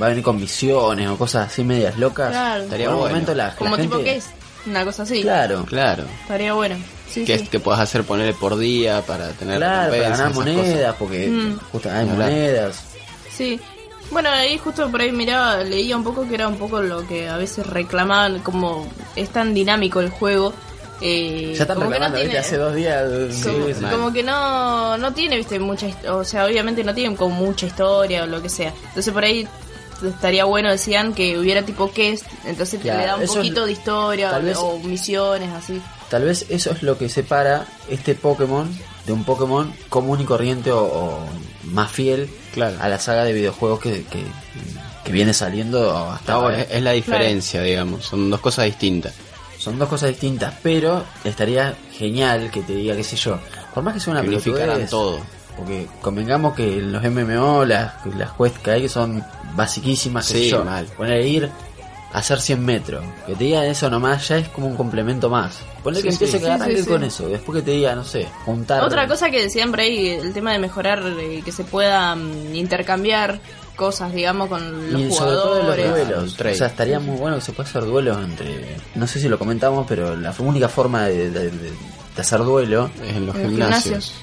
Speaker 5: va a venir con misiones o cosas así medias locas.
Speaker 4: Claro.
Speaker 5: Estaría
Speaker 3: Bueno.
Speaker 5: momento la, la
Speaker 4: Como
Speaker 5: gente-
Speaker 4: tipo que es una cosa así.
Speaker 5: Claro.
Speaker 3: Claro.
Speaker 4: Estaría bueno. Sí,
Speaker 3: que,
Speaker 4: sí.
Speaker 3: que puedas hacer ponerle por día para tener
Speaker 5: Claro, para
Speaker 3: recompensas,
Speaker 5: ganar
Speaker 3: esas cosas.
Speaker 5: monedas, porque
Speaker 4: Mm.
Speaker 5: justo hay
Speaker 3: Ni hablar.
Speaker 5: monedas.
Speaker 4: Sí. Bueno, ahí justo por ahí miraba, leía un poco que era un poco lo que a veces reclamaban, como es tan dinámico el juego. Eh,
Speaker 5: Ya están
Speaker 4: como que no
Speaker 5: reclamando, ¿viste?
Speaker 4: tiene- ¿eh?
Speaker 5: hace dos días.
Speaker 4: como,
Speaker 5: sí,
Speaker 4: como que no, no tiene, viste, mucha hist- o sea, obviamente no tienen como mucha historia o lo que sea. Entonces por ahí estaría bueno, decían, que hubiera tipo quest, entonces
Speaker 5: Claro,
Speaker 4: le da un
Speaker 5: eso es-
Speaker 4: poquito de historia
Speaker 5: tal
Speaker 4: o,
Speaker 5: vez-
Speaker 4: o misiones, así.
Speaker 5: Tal vez eso es lo que separa este Pokémon de un Pokémon común y corriente o, o más fiel
Speaker 3: Claro.
Speaker 5: a la saga de videojuegos que, que, que viene saliendo hasta ahora.
Speaker 3: Ahora, es, es la diferencia, digamos. Son dos cosas distintas.
Speaker 5: Son dos cosas distintas, pero estaría genial que te diga, qué sé yo, por más que sea una
Speaker 3: Que unificaran
Speaker 5: pelotudez,
Speaker 3: todo.
Speaker 5: Porque convengamos que los MMO, las, las quests que hay, que son basiquísimas, qué
Speaker 3: Sí,
Speaker 5: sé yo,
Speaker 3: mal.
Speaker 5: Poner ir a hacer 100 metros. Que te digan eso nomás ya es como un complemento más. Ponle que
Speaker 4: Sí,
Speaker 5: empiece
Speaker 4: sí.
Speaker 5: a
Speaker 4: Sí,
Speaker 5: arranque
Speaker 4: sí, sí.
Speaker 5: con eso. Después que te diga, no sé, juntar...
Speaker 4: Otra cosa que decían por ahí, el tema de mejorar, eh, que se pueda mm, intercambiar cosas, digamos, con los
Speaker 5: Y sobre todo los
Speaker 4: jugadores.
Speaker 5: duelos.
Speaker 3: Trade.
Speaker 5: O sea, estaría muy bueno que se pueda hacer duelos entre... No sé si lo comentamos, pero la única forma de, de- de- de hacer duelo...
Speaker 3: Es en los
Speaker 4: En los
Speaker 3: gimnasios.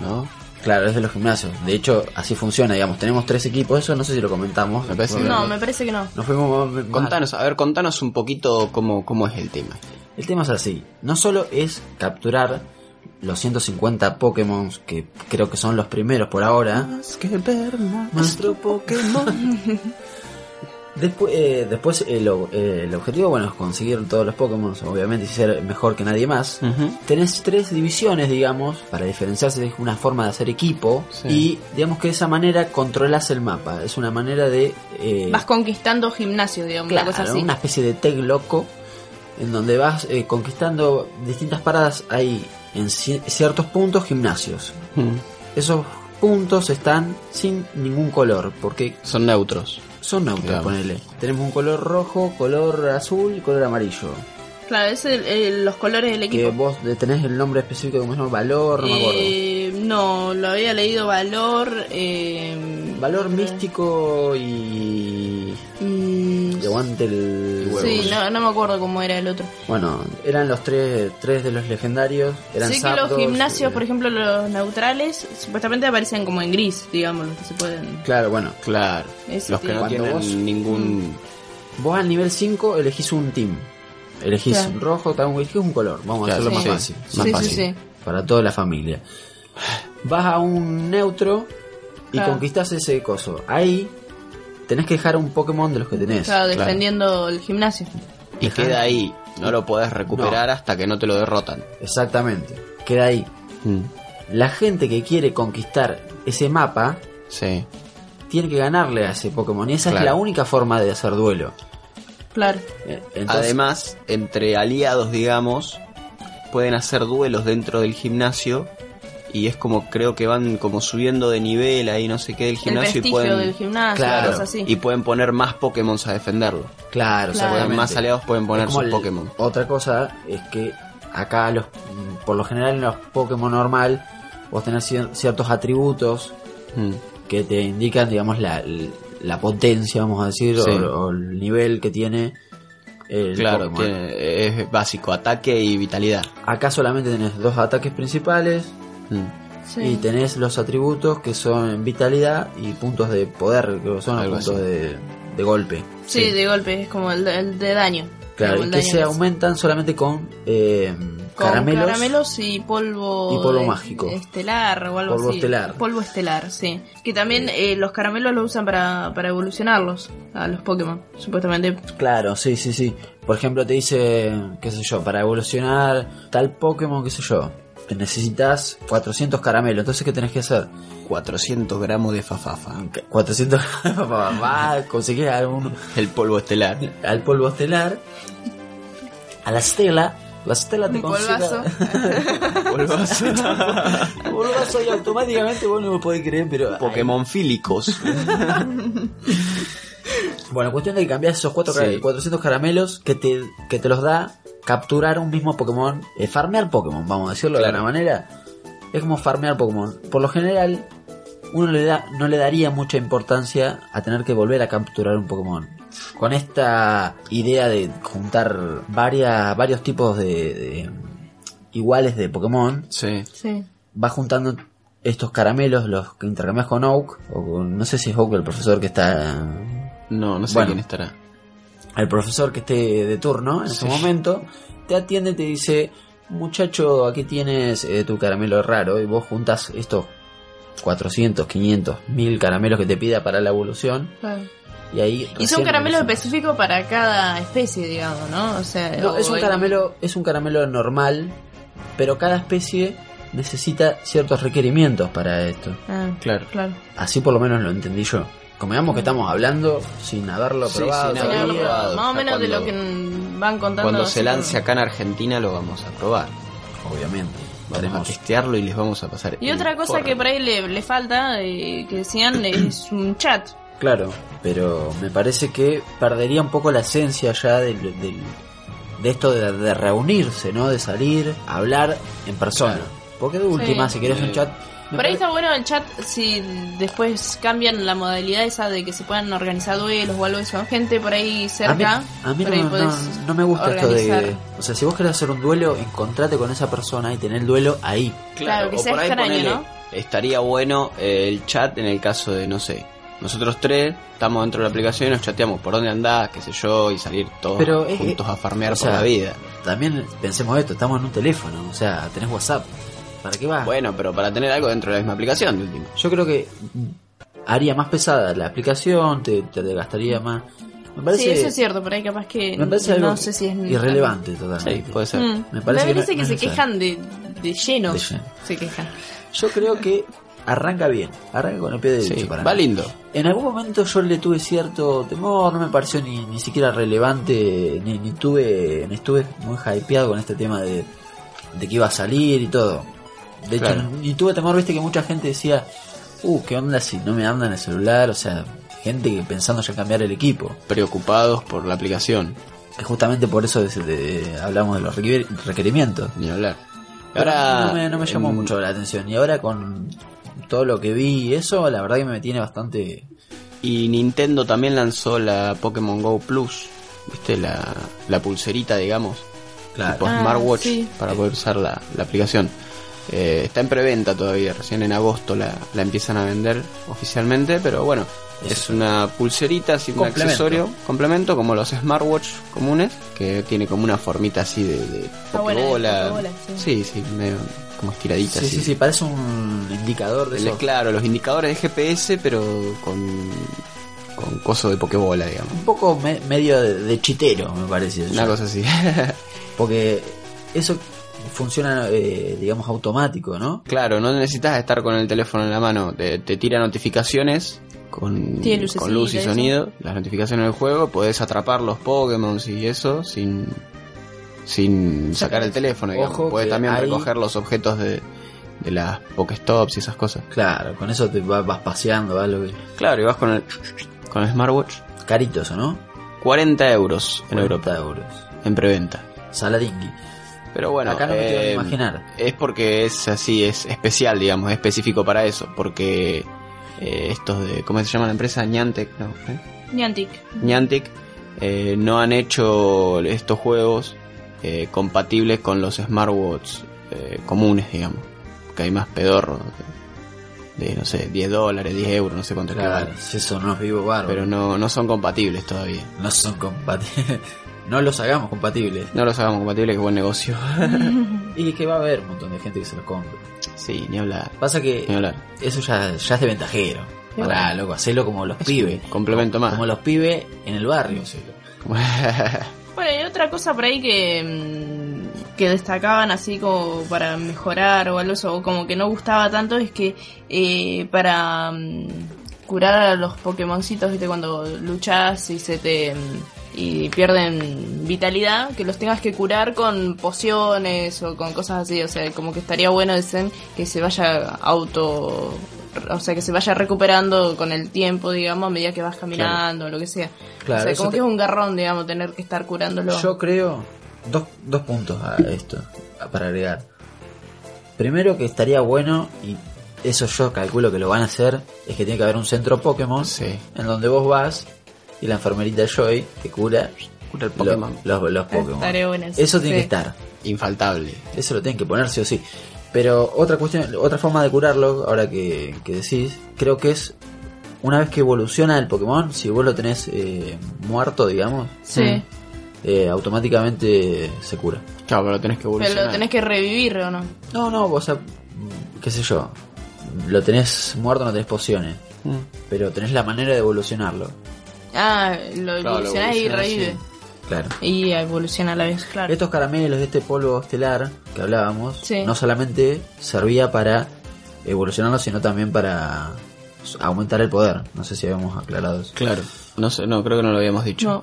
Speaker 3: ¿No?
Speaker 5: Claro, es de los gimnasios. De hecho, así funciona, digamos. Tenemos tres equipos, eso no sé si lo comentamos.
Speaker 3: Me parece que
Speaker 4: No, me parece que no.
Speaker 5: Nos fuimos más-
Speaker 3: Contanos, a ver, contanos un poquito cómo, cómo es el tema.
Speaker 5: El tema es así, no solo es capturar los 150 Pokémon que creo que son los primeros por ahora,
Speaker 3: que
Speaker 5: nuestro Pokémon. Después, eh, después el, o- eh, el objetivo, bueno, es conseguir todos los Pokémon, obviamente, y ser mejor que nadie más. Tenés tres divisiones, digamos, para diferenciarse, es una forma de hacer equipo.
Speaker 3: Sí.
Speaker 5: Y digamos que de esa manera controlás el mapa, es una manera de... eh,
Speaker 4: Vas conquistando gimnasios, digamos,
Speaker 5: Claro,
Speaker 4: una cosa así.
Speaker 5: una especie de tech loco en donde vas eh, conquistando distintas paradas ahí en ci- ciertos puntos gimnasios. Esos puntos están sin ningún color porque
Speaker 3: Son neutros.
Speaker 5: son neutros,
Speaker 3: Claro.
Speaker 5: ponele. Tenemos un color rojo, color azul y color amarillo.
Speaker 4: Claro, es el- el- los colores del
Speaker 5: Que
Speaker 4: equipo.
Speaker 5: vos de- tenés el nombre específico como es ¿no? valor, no me acuerdo.
Speaker 4: Eh, no, lo había leído Valor. eh,
Speaker 5: Valor místico y...
Speaker 4: mm,
Speaker 5: y aguante el...
Speaker 4: sí, no, no me acuerdo cómo era el otro.
Speaker 5: Bueno, eran los tres, tres de los legendarios. Eran
Speaker 4: sé que los
Speaker 5: Zapdos,
Speaker 4: gimnasios,
Speaker 5: eh,
Speaker 4: por ejemplo, los neutrales, supuestamente aparecen como en gris, digamos, los que se pueden.
Speaker 5: Claro, bueno.
Speaker 3: Claro.
Speaker 4: Ese
Speaker 3: los que no
Speaker 5: tipo.
Speaker 3: tienen
Speaker 5: Cuando vos-
Speaker 3: ningún.
Speaker 5: Vos al nivel 5 elegís un team. Elegís
Speaker 4: Claro.
Speaker 5: rojo, tan elegís un color. Vamos
Speaker 3: Claro,
Speaker 5: a hacerlo
Speaker 4: sí.
Speaker 5: más fácil.
Speaker 4: Sí,
Speaker 5: más
Speaker 4: sí,
Speaker 5: fácil.
Speaker 4: sí.
Speaker 5: Para toda la familia. Vas a un neutro y
Speaker 4: Claro.
Speaker 5: conquistás ese coso. Ahí tenés que dejar un Pokémon de los que tenés.
Speaker 4: Claro, defendiendo el gimnasio.
Speaker 3: Y
Speaker 5: Ajá.
Speaker 3: queda ahí. No lo podés recuperar hasta que no te lo derrotan.
Speaker 5: Exactamente. Queda ahí. Mm. La gente que quiere conquistar ese mapa
Speaker 3: Sí.
Speaker 5: tiene que ganarle a ese Pokémon. Y esa
Speaker 3: Claro.
Speaker 5: es la única forma de hacer duelo.
Speaker 4: Claro.
Speaker 5: Eh, entonces-
Speaker 3: Además, entre aliados, digamos, pueden hacer duelos dentro del gimnasio. Y es como, creo que van como subiendo de nivel ahí, no sé qué, del
Speaker 4: El
Speaker 3: gimnasio. Y
Speaker 4: prestigio
Speaker 3: pueden,
Speaker 4: del gimnasio,
Speaker 5: Claro.
Speaker 4: cosas así.
Speaker 3: y pueden poner más Pokémon a defenderlo.
Speaker 5: Claro,
Speaker 4: Claro.
Speaker 3: Pueden-
Speaker 5: seguramente.
Speaker 3: Más aliados pueden poner
Speaker 5: Es como
Speaker 3: sus
Speaker 5: el-
Speaker 3: Pokémon.
Speaker 5: Otra cosa es que acá los por lo general en los Pokémon normal vos tenés cier- ciertos atributos
Speaker 3: Mm.
Speaker 5: que te indican digamos la, la potencia vamos a decir
Speaker 3: Sí.
Speaker 5: o, o el nivel que tiene el
Speaker 3: Claro,
Speaker 5: Pokémon.
Speaker 3: tiene- es básico, ataque y vitalidad.
Speaker 5: Acá solamente tenés dos ataques principales
Speaker 3: Mm.
Speaker 4: Sí.
Speaker 5: y tenés los atributos que son vitalidad y puntos de poder que son los
Speaker 3: Algo
Speaker 5: puntos
Speaker 3: así.
Speaker 5: de, de golpe.
Speaker 4: Sí, de golpe, es como el, el de daño.
Speaker 5: Claro, y
Speaker 4: Como
Speaker 5: que se
Speaker 4: Dungeons.
Speaker 5: aumentan solamente con, eh,
Speaker 4: Con
Speaker 5: caramelos.
Speaker 4: caramelos, y polvo
Speaker 5: y polvo
Speaker 4: de-
Speaker 5: mágico.
Speaker 4: estelar o algo
Speaker 5: Polvo
Speaker 4: así.
Speaker 5: estelar.
Speaker 4: Polvo estelar, sí. Que también eh, los caramelos los usan para, para evolucionarlos a los Pokémon, supuestamente.
Speaker 5: Claro, sí, sí, sí. Por ejemplo, te dice, qué sé yo, para evolucionar tal Pokémon, qué sé yo, te necesitas 400 caramelos. Entonces, ¿qué tenés que hacer?
Speaker 3: 400 gramos de fafafa.
Speaker 5: 400 va conseguir algún
Speaker 3: El polvo estelar.
Speaker 5: al polvo estelar a la estela la estela te
Speaker 4: Un polvazo.
Speaker 5: consigue polvazo y automáticamente vos no me podés creer pero
Speaker 3: Pokémon fílicos.
Speaker 5: bueno cuestión de que cambiás esos cuatro
Speaker 3: Sí.
Speaker 5: cara- 400 caramelos que te que te los da capturar un mismo Pokémon eh, farmear Pokémon vamos a decirlo de
Speaker 3: Claro.
Speaker 5: alguna manera es como farmear Pokémon por lo general uno le da, no le daría mucha importancia a tener que volver a capturar un Pokémon. Con esta idea de juntar varias, varios tipos de, de iguales de Pokémon,
Speaker 3: sí.
Speaker 4: Sí.
Speaker 5: va juntando estos caramelos, los que intercambias con Oak, o con- no sé si es Oak el profesor que está
Speaker 3: No, no sé
Speaker 5: Bueno.
Speaker 3: quién estará.
Speaker 5: al profesor que esté de turno en ese momento, te atiende y te dice, muchacho, aquí tienes eh, tu caramelo raro y vos juntas estos 400, 500, 1000 caramelos que te pida para la evolución
Speaker 4: claro.
Speaker 5: y ahí...
Speaker 4: Y es un
Speaker 5: recién
Speaker 4: caramelo
Speaker 5: evoluciona.
Speaker 4: específico para cada especie, digamos, ¿no? O sea,
Speaker 5: No,
Speaker 4: o
Speaker 5: es un
Speaker 4: el-
Speaker 5: caramelo, es un caramelo normal, pero cada especie necesita ciertos requerimientos para esto.
Speaker 4: Ah,
Speaker 3: Claro.
Speaker 4: claro.
Speaker 5: Así por lo menos lo entendí yo. Como veamos que estamos hablando sin haberlo
Speaker 3: Sí,
Speaker 5: probado.
Speaker 3: sin
Speaker 4: Sí,
Speaker 3: haberlo
Speaker 4: claro,
Speaker 5: todavía.
Speaker 4: pero
Speaker 3: probado.
Speaker 4: más o
Speaker 3: ya
Speaker 4: menos de lo que
Speaker 3: cuando-
Speaker 4: van contando.
Speaker 3: Cuando se
Speaker 4: así
Speaker 3: lance
Speaker 4: como-
Speaker 3: acá en Argentina lo vamos a probar.
Speaker 5: Obviamente.
Speaker 3: Vamos a
Speaker 5: Tenemos
Speaker 3: testearlo y les vamos a pasar.
Speaker 4: Y
Speaker 3: el
Speaker 4: otra cosa
Speaker 3: porro.
Speaker 4: que por ahí le, le falta, eh, que decían, es un chat.
Speaker 5: Claro, pero me parece que perdería un poco la esencia ya del, del- de esto de, de reunirse, ¿no? De salir, hablar en persona.
Speaker 3: Claro.
Speaker 5: Porque de última, si querés un
Speaker 3: Sí.
Speaker 5: chat... me
Speaker 4: Por ahí
Speaker 5: pare-
Speaker 4: está bueno el chat si después cambian la modalidad esa de que se puedan organizar duelos o algo de eso. Gente por ahí
Speaker 5: a mí,
Speaker 4: cerca.
Speaker 5: a mí
Speaker 4: por ahí
Speaker 5: no, no-
Speaker 4: podés
Speaker 5: no me gusta esto de...
Speaker 4: organizar.
Speaker 5: O sea, si vos querés hacer un duelo, encontrate con esa persona y tener el duelo ahí.
Speaker 4: Claro, que
Speaker 3: o
Speaker 4: sea
Speaker 3: por ahí
Speaker 4: extraño,
Speaker 3: ponele,
Speaker 4: ¿no?
Speaker 3: Estaría bueno eh, el chat en el caso de, no sé, nosotros tres estamos dentro de la aplicación y nos chateamos por dónde andás, qué sé yo, y salir todos
Speaker 5: Pero es-
Speaker 3: juntos a farmear
Speaker 5: o
Speaker 3: por
Speaker 5: sea,
Speaker 3: la vida.
Speaker 5: También pensemos esto, estamos en un teléfono, o sea, tenés WhatsApp. ¿Para qué vas?
Speaker 3: Bueno, pero para tener algo dentro de la misma aplicación, de última.
Speaker 5: Yo creo que haría más pesada la aplicación, te, te gastaría más... Me parece,
Speaker 4: Sí, eso es cierto, por ahí capaz que.
Speaker 5: Me parece algo
Speaker 4: no sé si es.
Speaker 5: irrelevante
Speaker 3: Sí, pues.
Speaker 5: totalmente.
Speaker 3: puede ser.
Speaker 4: Mm.
Speaker 5: Me parece que no-
Speaker 4: que,
Speaker 5: no es
Speaker 4: se
Speaker 5: necesario.
Speaker 4: quejan de, de lleno.
Speaker 5: De lleno.
Speaker 4: Se quejan.
Speaker 5: Yo creo que arranca bien, arranca con el pie derecho
Speaker 3: Sí,
Speaker 5: para
Speaker 3: va
Speaker 5: mí.
Speaker 3: lindo.
Speaker 5: En algún momento yo le tuve cierto temor, no me pareció ni, ni siquiera relevante, ni, ni tuve, ni estuve muy hypeado con este tema de, de que iba a salir y todo. De hecho,
Speaker 3: Claro.
Speaker 5: no- ni tuve temor, viste que mucha gente decía, uh, qué onda si no me andan el celular, o sea, gente que pensando ya en cambiar el equipo.
Speaker 3: Preocupados por la aplicación,
Speaker 5: Que justamente por eso de- de- hablamos de los requer- requerimientos.
Speaker 3: ni hablar.
Speaker 5: Pero
Speaker 3: Ahora
Speaker 5: no me, no me llamó
Speaker 3: em,
Speaker 5: mucho la atención. Y ahora con todo lo que vi y eso, la verdad que me tiene bastante.
Speaker 3: Y Nintendo también lanzó la Pokémon Go Plus, ¿viste? La, la pulserita, digamos, tipo
Speaker 4: Ah,
Speaker 3: smartwatch,
Speaker 4: sí.
Speaker 3: para poder usar la, la aplicación. Eh, está en preventa todavía, recién en agosto la, la empiezan a vender oficialmente, pero bueno, es una pulserita, así un
Speaker 5: Complemento.
Speaker 3: accesorio, complemento, como los smartwatch comunes, que tiene como una formita así de, de
Speaker 4: Ah, bueno, de
Speaker 3: pokebola.
Speaker 4: pokebola,
Speaker 3: sí. sí, medio como estiradita.
Speaker 5: Sí,
Speaker 3: así.
Speaker 5: sí, sí, parece un indicador de
Speaker 3: El-
Speaker 5: eso.
Speaker 3: claro, los indicadores de GPS, pero con, con coso de pokebola, digamos.
Speaker 5: Un poco me- medio de, de chitero, me parece.
Speaker 3: Una cosa así.
Speaker 5: Porque eso funciona, eh, digamos, automático, ¿no?
Speaker 3: claro, no necesitas estar con el teléfono en la mano. Te, te tira notificaciones con,
Speaker 4: Tiene lucecita
Speaker 3: con luz y
Speaker 4: y eso.
Speaker 3: sonido. Las notificaciones del juego. Podés atrapar los Pokémon y eso sin, sin sacar el teléfono. Digamos.
Speaker 5: Ojo
Speaker 3: Podés
Speaker 5: que
Speaker 3: también
Speaker 5: ahí-
Speaker 3: recoger los objetos de, de las Pokestops y esas cosas.
Speaker 5: Claro, con eso te va- vas paseando, vas lo que.
Speaker 3: Claro, y vas con el, con el smartwatch.
Speaker 5: Carito eso, ¿no?
Speaker 3: 40 euros en
Speaker 5: 40
Speaker 3: Europa,
Speaker 5: euros.
Speaker 3: en preventa.
Speaker 5: Saladingui.
Speaker 3: Pero bueno,
Speaker 5: Acá no me quiero
Speaker 3: eh,
Speaker 5: ni imaginar.
Speaker 3: Es porque es así, es especial, digamos, es específico para eso. Porque eh, estos de, ¿cómo se llama la empresa? Niantic, no, ¿eh?
Speaker 4: Niantic.
Speaker 3: Niantic eh, no han hecho estos juegos eh, compatibles con los smartwatches eh, comunes, digamos. Que hay más pedorro de, de, no sé, 10 dólares, 10 euros, no sé cuánto es que
Speaker 5: Claro,
Speaker 3: vale.
Speaker 5: si eso no es vivo bárbaro.
Speaker 3: Pero no, no son compatibles todavía.
Speaker 5: No son compatibles. no los hagamos compatibles.
Speaker 3: No los hagamos compatibles, que buen negocio.
Speaker 5: Y que va a haber un montón de gente que se los compre.
Speaker 3: sí, ni hablar.
Speaker 5: Pasa
Speaker 3: Ni
Speaker 5: que
Speaker 3: hablar.
Speaker 5: eso ya, ya es de ventajero.
Speaker 4: Sí,
Speaker 5: Pará, loco, hacelo como los pibes.
Speaker 3: Complemento más.
Speaker 5: Como los pibes en el barrio, hacelo.
Speaker 4: Bueno, y otra cosa por ahí que, mm, que destacaban así como para mejorar o algo, o como que no gustaba tanto, es que eh, para mm, curar a los Pokémoncitos, viste, cuando luchas y se te mm, y pierden vitalidad, que los tengas que curar con pociones o con cosas así, o sea, como que estaría bueno dicen que se vaya auto o sea, que se vaya recuperando con el tiempo, digamos, a medida que vas caminando o lo que sea.
Speaker 5: Claro,
Speaker 4: o sea,
Speaker 5: eso
Speaker 4: como
Speaker 5: te-
Speaker 4: que es un garrón, digamos, tener que estar curándolo.
Speaker 5: Yo creo dos, dos puntos a esto a- para agregar. Primero que estaría bueno, y eso yo calculo que lo van a hacer, es que tiene que haber un centro Pokémon
Speaker 3: Sí.
Speaker 5: en donde vos vas y la enfermerita Joy te cura,
Speaker 3: Cura el
Speaker 5: lo-
Speaker 3: Pokémon.
Speaker 5: los, los Pokémon.
Speaker 4: Estaría bueno eso,
Speaker 5: Eso tiene
Speaker 4: sí.
Speaker 5: que estar,
Speaker 3: Infaltable.
Speaker 5: eso lo tienen que poner sí o sí. Pero otra cuestión, otra forma de curarlo, ahora que, que decís, creo que es una vez que evoluciona el Pokémon, si vos lo tenés eh, muerto, digamos,
Speaker 4: Sí,
Speaker 5: eh, automáticamente se cura.
Speaker 3: Claro, pero lo tenés que
Speaker 4: pero
Speaker 3: evolucionar.
Speaker 4: lo tenés que revivir o no.
Speaker 5: No, no, o sea, mm, qué sé yo. Lo tenés muerto, no tenés pociones.
Speaker 3: Mm.
Speaker 5: Pero tenés la manera de evolucionarlo.
Speaker 4: Ah, lo
Speaker 3: lo
Speaker 4: evolucionás y
Speaker 3: evolucionás,
Speaker 4: revive.
Speaker 5: Claro.
Speaker 4: Y evoluciona a la vez, claro.
Speaker 5: Estos caramelos de este polvo estelar que hablábamos,
Speaker 4: Sí.
Speaker 5: no solamente servía para evolucionarlo, sino también para s- aumentar el poder. No sé si habíamos aclarado eso.
Speaker 3: Claro. No sé, no, creo que no lo habíamos dicho.
Speaker 4: No.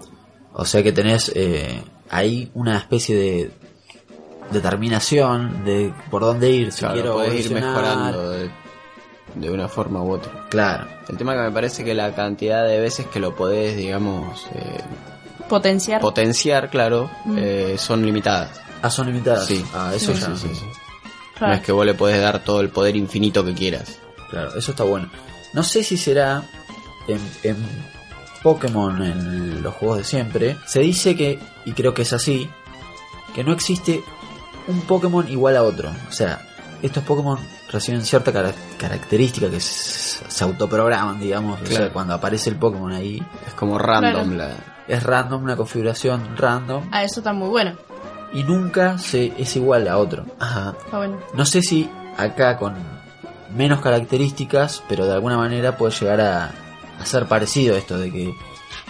Speaker 5: O sea que tenés eh, ahí una especie de determinación de por dónde ir, si
Speaker 3: Claro,
Speaker 5: quiero
Speaker 3: podés ir
Speaker 5: evolucionar.
Speaker 3: mejorando de, de una forma u otra.
Speaker 5: Claro,
Speaker 3: El tema que me parece que la cantidad de veces que lo podés, digamos, eh,
Speaker 4: Potenciar.
Speaker 3: potenciar, claro,
Speaker 4: Mm.
Speaker 3: eh, son limitadas.
Speaker 5: ah, son limitadas.
Speaker 3: Sí.
Speaker 5: Ah, eso
Speaker 4: Sí,
Speaker 5: ya. no.
Speaker 3: Sí, sí.
Speaker 4: claro.
Speaker 3: No es que vos le podés dar todo el poder infinito que quieras.
Speaker 5: Claro, eso está bueno. No sé si será en, en Pokémon, en los juegos de siempre. Se dice que, y creo que es así, que no existe un Pokémon igual a otro. O sea, estos Pokémon reciben cierta cara- característica que s- se autoprograman, digamos. O sea,
Speaker 3: Claro.
Speaker 5: cuando aparece el Pokémon ahí,
Speaker 3: Es como random la...
Speaker 5: es random, una configuración random,
Speaker 4: Ah, eso está muy bueno.
Speaker 5: y nunca se, es igual a otro.
Speaker 3: Ajá.
Speaker 4: Está bueno.
Speaker 5: No sé si acá con menos características, pero de alguna manera puede llegar a, a ser parecido esto de que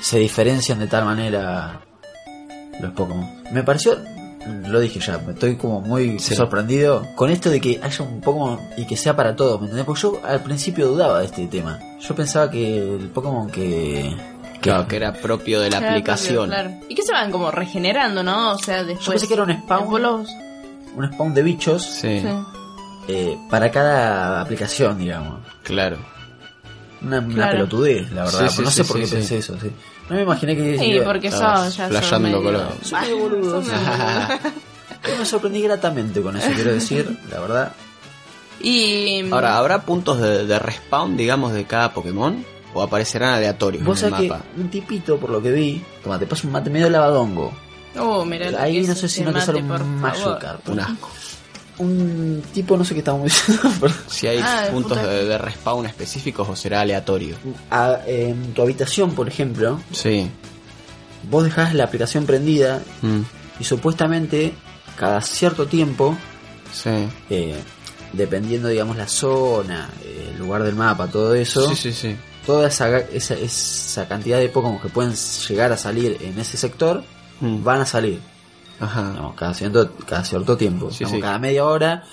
Speaker 5: se diferencian de tal manera los Pokémon. Me pareció, lo dije ya, me estoy como muy
Speaker 3: Sí.
Speaker 5: sorprendido con esto de que haya un Pokémon y que sea para todos, ¿me entendés? Porque yo al principio dudaba de este tema. Yo pensaba que el Pokémon que... que-
Speaker 3: Claro, que era propio de la
Speaker 4: Claro,
Speaker 3: aplicación.
Speaker 4: claro. Y que se van como regenerando, ¿no? O sea, después.
Speaker 5: Yo pensé que era un spawn.
Speaker 4: después los-
Speaker 5: Un spawn de bichos
Speaker 3: Sí,
Speaker 4: sí.
Speaker 5: eh, para cada aplicación, digamos.
Speaker 3: claro.
Speaker 5: Una, una
Speaker 4: Claro.
Speaker 5: pelotudez, la verdad.
Speaker 3: Sí, sí,
Speaker 5: no
Speaker 3: sí,
Speaker 5: sé por
Speaker 3: sí,
Speaker 5: qué
Speaker 3: sí.
Speaker 5: pensé eso. sí. No me imaginé que.
Speaker 4: Sí, porque
Speaker 3: Estabas
Speaker 4: son, ya son
Speaker 3: flasheando
Speaker 4: medio...
Speaker 3: color.
Speaker 5: Son medio boludos.
Speaker 4: son medio boludos.
Speaker 5: Yo me sorprendí gratamente con eso, quiero decir, la verdad.
Speaker 4: Y
Speaker 3: Ahora, ¿habrá puntos de, de respawn, digamos, de cada Pokémon? ¿O aparecerán aleatorios
Speaker 5: Vos
Speaker 3: en
Speaker 5: sabés
Speaker 3: el
Speaker 5: que
Speaker 3: mapa?
Speaker 5: un tipito, por lo que vi, toma, te pasa un mate medio lavadongo.
Speaker 4: oh, mirá lo
Speaker 5: Ahí
Speaker 4: que
Speaker 5: no
Speaker 4: es
Speaker 5: sé si
Speaker 4: este
Speaker 5: no te sale
Speaker 4: mate, por
Speaker 5: un
Speaker 4: favor.
Speaker 5: Magikarp.
Speaker 3: Un asco.
Speaker 5: Un tipo, no sé qué estábamos diciendo, perdón.
Speaker 3: Si hay
Speaker 4: Ah, de
Speaker 3: puntos
Speaker 4: puta.
Speaker 3: de, de respawn específicos o será aleatorio.
Speaker 5: A- en tu habitación, por ejemplo,
Speaker 3: Sí.
Speaker 5: vos dejás la aplicación prendida
Speaker 3: Mm,
Speaker 5: y supuestamente cada cierto tiempo
Speaker 3: sí.
Speaker 5: eh, dependiendo, digamos, la zona, eh, el lugar del mapa, todo eso,
Speaker 3: Sí, sí, sí.
Speaker 5: toda esa, ga- esa, esa cantidad de Pokémon que pueden llegar a salir en ese sector,
Speaker 3: Mm.
Speaker 5: van a salir,
Speaker 3: Ajá.
Speaker 5: digamos, cada cierto, cada cierto tiempo,
Speaker 3: Sí,
Speaker 5: Digamos,
Speaker 3: sí.
Speaker 5: cada media hora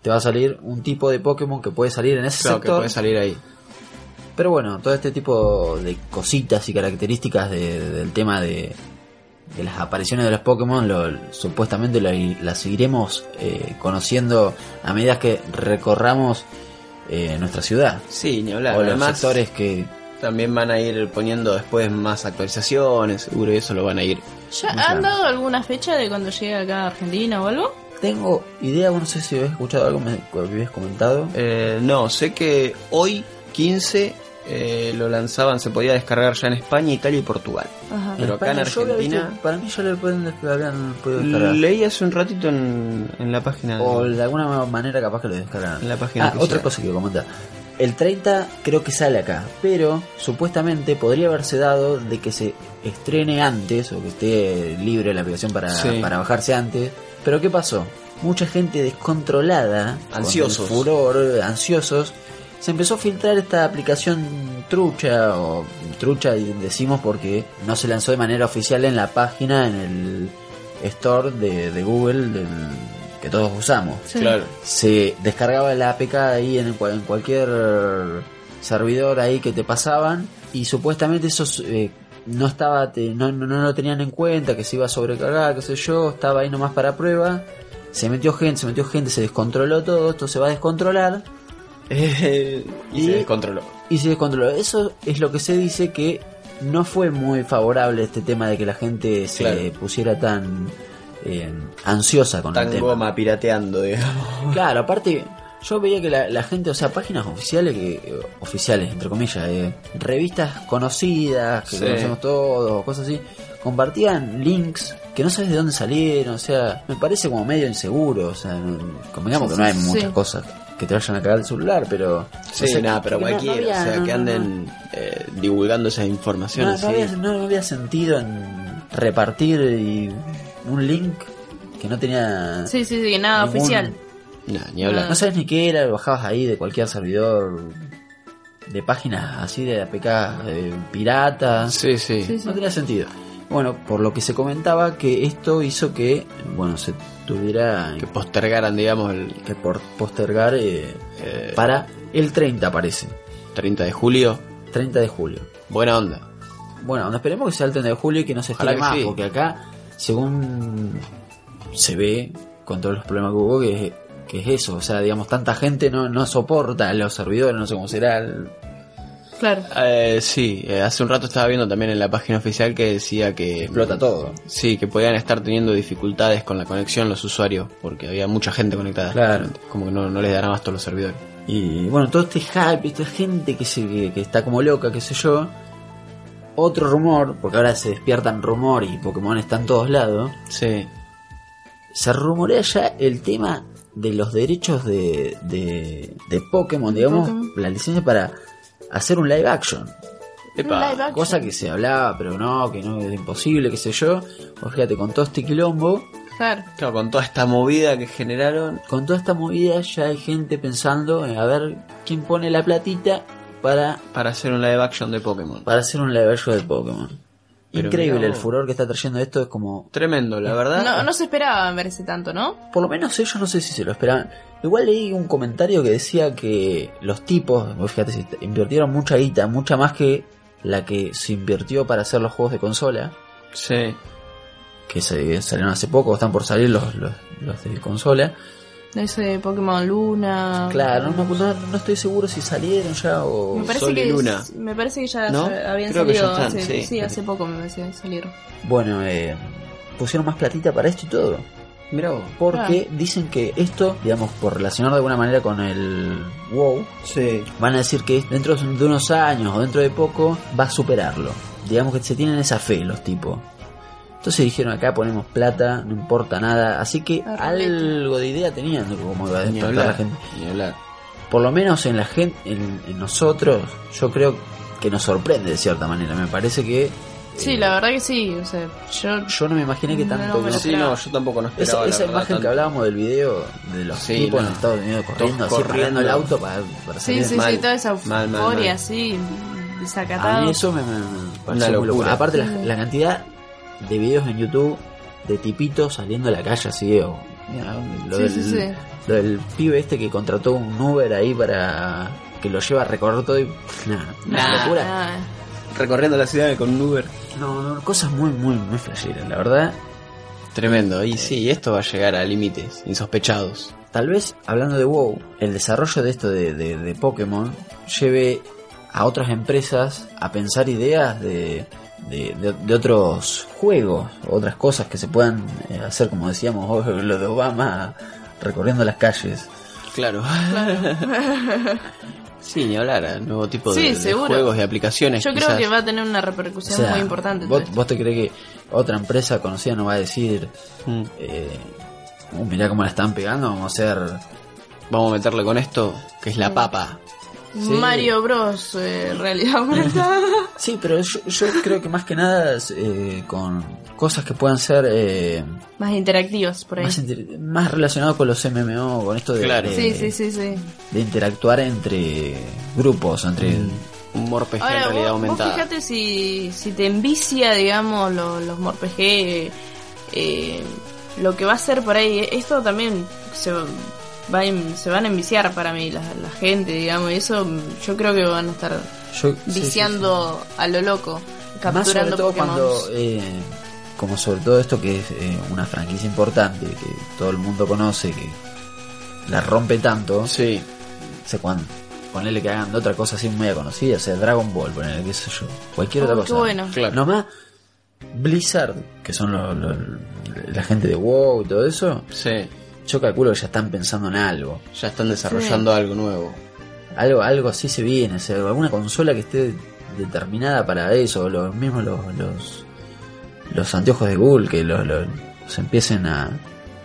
Speaker 5: te va a salir un tipo de Pokémon que puede salir en ese
Speaker 3: Claro que
Speaker 5: sector,
Speaker 3: puede salir ahí.
Speaker 5: pero bueno, todo este tipo de cositas y características de- del tema de, de las apariciones de los Pokémon, lo- supuestamente lo- las iremos eh, conociendo a medida que recorramos eh, nuestra ciudad.
Speaker 3: Sí, ni hablar.
Speaker 5: o los
Speaker 3: Además,
Speaker 5: sectores que...
Speaker 3: también van a ir poniendo después más actualizaciones. Seguro que eso lo van a ir.
Speaker 4: ¿Ya
Speaker 5: Muy
Speaker 4: han
Speaker 5: claro.
Speaker 4: dado alguna fecha de cuando llegue acá a Argentina o algo?
Speaker 5: Tengo idea, no sé si habías escuchado algo me- que habías comentado.
Speaker 3: Eh, no, sé que hoy, 15, eh, lo lanzaban. Se podía descargar ya en España, Italia y Portugal.
Speaker 5: Eh,
Speaker 4: Ajá.
Speaker 3: pero acá en
Speaker 5: yo había visto-
Speaker 3: Argentina-
Speaker 5: para mí ya lo pueden descargar, podido descargar.
Speaker 3: Leí hace un ratito en, en la página.
Speaker 5: O de alguna manera capaz que lo descargaron.
Speaker 3: En la página
Speaker 5: Ah,
Speaker 3: oficial.
Speaker 5: otra cosa que comentar. El 30 creo que sale acá, pero supuestamente podría haberse dado de que se estrene antes o que esté libre la aplicación para,
Speaker 3: Sí.
Speaker 5: para bajarse antes. Pero ¿qué pasó? Mucha gente descontrolada, con
Speaker 3: Ansiosos.
Speaker 5: el furor, eh, ansiosos, se empezó a filtrar esta aplicación trucha, o trucha decimos porque no se lanzó de manera oficial en la página, en el store de, de Google del- que todos usamos
Speaker 4: Sí.
Speaker 3: Claro.
Speaker 5: se descargaba la APK ahí en, cual- en cualquier servidor ahí que te pasaban y supuestamente eso eh, no estaba te- no, no, no lo tenían en cuenta que se iba a sobrecargar qué sé yo estaba ahí nomás para prueba se metió gente se metió gente se descontroló todo esto se va a descontrolar
Speaker 3: Eh, y, se descontroló.
Speaker 5: y se descontroló eso es lo que se dice que no fue muy favorable este tema de que la gente se
Speaker 3: Claro.
Speaker 5: pusiera tan eh, ansiosa con el
Speaker 3: Tan
Speaker 5: tema
Speaker 3: goma pirateando, digamos.
Speaker 5: Claro, aparte, yo veía que la, la gente, o sea, páginas oficiales, que eh, oficiales, entre comillas, eh, revistas conocidas, que
Speaker 3: Sí.
Speaker 5: conocemos todos, cosas así, compartían links que no sabes de dónde salieron, o sea, me parece como medio inseguro, o sea, no- convengamos que no hay
Speaker 4: Sí.
Speaker 5: muchas cosas que te vayan a cagar el celular, pero...
Speaker 3: Sí,
Speaker 5: o sea,
Speaker 3: nada,
Speaker 5: que-
Speaker 3: pero
Speaker 5: que no- no
Speaker 3: cualquiera.
Speaker 5: había-
Speaker 3: o sea,
Speaker 5: no,
Speaker 3: que
Speaker 5: no, no.
Speaker 3: anden eh, divulgando esas
Speaker 5: No, no
Speaker 3: informaciones.
Speaker 5: había,
Speaker 3: sí.
Speaker 5: no había sentido en repartir y- un link que no tenía...
Speaker 4: Sí, sí, sí, nada
Speaker 5: Ningún-
Speaker 4: oficial.
Speaker 3: Nah, ni hablar.
Speaker 5: No sabes ni qué era, lo bajabas ahí de cualquier servidor de páginas así de APK eh, piratas.
Speaker 3: Sí, sí.
Speaker 4: Sí, sí.
Speaker 5: No tenía sentido. Bueno, por lo que se comentaba que esto hizo que, bueno, se tuviera
Speaker 3: Que postergaran, digamos, el
Speaker 5: que por postergar eh,
Speaker 3: Eh.
Speaker 5: para el 30 parece,
Speaker 3: 30 de julio.
Speaker 5: 30 de julio.
Speaker 3: Buena onda.
Speaker 5: Bueno, onda, esperemos que sea el 30 de julio y que no se
Speaker 3: Ojalá
Speaker 5: estire
Speaker 3: que
Speaker 5: más,
Speaker 3: sí.
Speaker 5: porque acá, según se ve, con todos los problemas que hubo, que, que es eso. O sea, digamos, tanta gente no, no soporta los servidores, no sé cómo será. el-
Speaker 4: Claro.
Speaker 3: Eh, sí, eh, hace un rato estaba viendo también en la página oficial que decía que...
Speaker 5: Explota todo.
Speaker 3: Sí, que podían estar teniendo dificultades con la conexión los usuarios, porque había mucha gente conectada.
Speaker 5: Claro.
Speaker 3: Como que no, no les darán abasto a los servidores.
Speaker 5: Y bueno, todo este hype, esta gente que, se, que, que está como loca, qué sé yo. Otro rumor, porque ahora se despiertan rumores y Pokémon está en todos lados.
Speaker 3: Sí.
Speaker 5: Se rumorea ya el tema de los derechos de, de, de Pokémon, digamos,
Speaker 4: Pokémon.
Speaker 5: la licencia para hacer un live action.
Speaker 4: Un live action.
Speaker 5: Cosa que se hablaba, pero no, que no, es imposible, qué sé yo. Pues fíjate, con todo este quilombo,
Speaker 4: Claro.
Speaker 3: Claro, con toda esta movida que generaron...
Speaker 5: con toda esta movida ya hay gente pensando en a ver quién pone la platita para
Speaker 3: Para hacer un live action de Pokémon.
Speaker 5: para hacer un live show de Pokémon.
Speaker 3: Pero
Speaker 5: Increíble
Speaker 3: mirá
Speaker 5: el
Speaker 3: vos.
Speaker 5: furor que está trayendo esto, es como...
Speaker 3: Tremendo, la verdad.
Speaker 4: No, no se esperaba verse tanto, ¿no?
Speaker 5: Por lo menos ellos no sé si se lo esperaban. Igual leí un comentario que decía que los tipos, vos fíjate, si invirtieron mucha guita, mucha más que la que se invirtió para hacer los juegos de consola,
Speaker 3: Sí.
Speaker 5: que se- salieron hace poco, están por salir los, los, los de consola.
Speaker 4: Ese Pokémon Luna.
Speaker 5: Claro, no, me acuerdo- no- no estoy seguro si salieron ya o...
Speaker 4: Me parece,
Speaker 3: Sol y
Speaker 4: que,
Speaker 3: Luna.
Speaker 4: me parece que ya
Speaker 3: ¿No?
Speaker 4: se- habían
Speaker 3: Creo que ya
Speaker 4: salido.
Speaker 3: están,
Speaker 4: hace,
Speaker 3: sí.
Speaker 4: hace poco me parecía salir.
Speaker 5: Bueno, eh, pusieron más platita para esto y todo.
Speaker 3: Mirá vos.
Speaker 5: Porque dicen que esto, digamos, por relacionar de alguna manera con el WoW,
Speaker 3: Sí.
Speaker 5: van a decir que dentro de unos años o dentro de poco va a superarlo. Digamos que se tienen esa fe los tipos. Entonces dijeron acá ponemos plata, no importa nada. Así que
Speaker 4: La ruleta.
Speaker 5: algo de idea tenían de cómo iba a
Speaker 3: Ni
Speaker 5: despertar la
Speaker 3: hablar.
Speaker 5: gente.
Speaker 3: Ni hablar.
Speaker 5: Por lo menos en la gente, en, en nosotros, yo creo que nos sorprende de cierta manera. Me parece que
Speaker 4: Sí, la verdad que sí. O sea, yo.
Speaker 5: yo no me imaginé que
Speaker 4: No,
Speaker 5: tanto...
Speaker 4: no me lo
Speaker 3: Sí, no, yo tampoco no
Speaker 5: Esa,
Speaker 3: esperaba. la
Speaker 5: esa
Speaker 3: verdad,
Speaker 5: imagen que
Speaker 3: tanto.
Speaker 5: hablábamos del video de los
Speaker 3: Sí,
Speaker 5: tipos
Speaker 3: no.
Speaker 5: en Estados Unidos corriendo, así
Speaker 3: Todos
Speaker 5: parando el
Speaker 3: corriendo.
Speaker 5: auto para, para
Speaker 4: Sí,
Speaker 5: salir.
Speaker 4: sí,
Speaker 3: mal.
Speaker 4: sí, toda esa
Speaker 3: Mal, mal,
Speaker 4: euforia
Speaker 3: mal.
Speaker 4: así,
Speaker 5: A
Speaker 4: desacatado.
Speaker 5: mí eso me, me- me pareció
Speaker 3: Una
Speaker 5: muy
Speaker 3: locura.
Speaker 5: loco. Aparte, la,
Speaker 4: Sí.
Speaker 5: la cantidad de videos en YouTube de tipitos saliendo a la calle así, o, mira, lo,
Speaker 4: Sí,
Speaker 5: del,
Speaker 4: sí, sí.
Speaker 5: lo del pibe este que contrató un Uber ahí para que lo lleva a recorrer todo y. Nada, una
Speaker 4: Nah,
Speaker 5: locura.
Speaker 4: nah.
Speaker 3: Recorriendo la ciudad con un Uber.
Speaker 5: No, no, cosas muy, muy, muy flasheras, la verdad.
Speaker 3: Tremendo. Y sí, esto va a llegar a límites insospechados.
Speaker 5: Tal vez, hablando de WoW, el desarrollo de esto de, de- de Pokémon lleve a otras empresas a pensar ideas de, de- de- de otros juegos, otras cosas que se puedan eh, hacer, como decíamos hoy, lo de Obama recorriendo las calles.
Speaker 3: Claro. sí, ni hablar, ¿eh? nuevo tipo de,
Speaker 4: Sí,
Speaker 3: de
Speaker 4: seguro.
Speaker 3: juegos y aplicaciones.
Speaker 4: Yo creo
Speaker 3: quizás.
Speaker 4: que va a tener una
Speaker 5: O
Speaker 4: repercusión
Speaker 5: sea,
Speaker 4: muy importante. todo
Speaker 5: ¿vos,
Speaker 4: esto.
Speaker 5: vos te crees que otra empresa conocida no va a decir,
Speaker 3: Mm.
Speaker 5: eh, "Uh, mirá cómo la están pegando, vamos a hacer...
Speaker 4: Mm.
Speaker 3: Vamos a meterle con esto, que es la papa.
Speaker 5: Sí.
Speaker 4: Mario Bros. eh, realidad aumentada.
Speaker 5: Sí, pero yo, yo creo que más que nada es, eh, con cosas que puedan ser eh,
Speaker 4: Más interactivos por ahí.
Speaker 5: más,
Speaker 4: Sí,
Speaker 5: inter- más relacionadas con los MMO, con esto de,
Speaker 3: Claro.
Speaker 5: de-
Speaker 4: sí, sí, sí.
Speaker 5: de interactuar entre grupos, entre...
Speaker 3: Mm. Un morpeje en
Speaker 4: Ahora,
Speaker 3: realidad
Speaker 4: vos, vos
Speaker 3: aumentada.
Speaker 4: fíjate si, si te envicia, digamos, lo- los morpg, eh, eh, lo que va a ser por ahí. eh, Esto también se, va a en- se van a enviciar para mí la, la gente, digamos, y eso mm, yo creo que van a estar
Speaker 5: Yo- sí, sí,
Speaker 4: viciando a lo loco,
Speaker 5: sí. Más sobre
Speaker 4: capturando
Speaker 5: todo
Speaker 4: Pokémon.
Speaker 5: cuando... eh, como sobre todo esto que es eh, una franquicia importante, que todo el mundo conoce, que la rompe tanto.
Speaker 3: Sí.
Speaker 5: no sé cuándo. Ponerle que hagan de otra cosa así muy conocida, o sea, Dragon Ball, ponerle qué sé yo. Cualquier otra
Speaker 4: Oh, qué
Speaker 5: cosa.
Speaker 4: bueno.
Speaker 3: Claro.
Speaker 5: Nomás Blizzard, que son los- los- la gente de WoW y todo eso,
Speaker 3: Sí.
Speaker 5: yo calculo que ya están pensando en algo.
Speaker 3: Ya están desarrollando algo nuevo.
Speaker 5: Algo, algo así se viene, o sea, alguna consola que esté determinada para eso, los mismos los, los, los anteojos de Google que los, los- los empiecen a,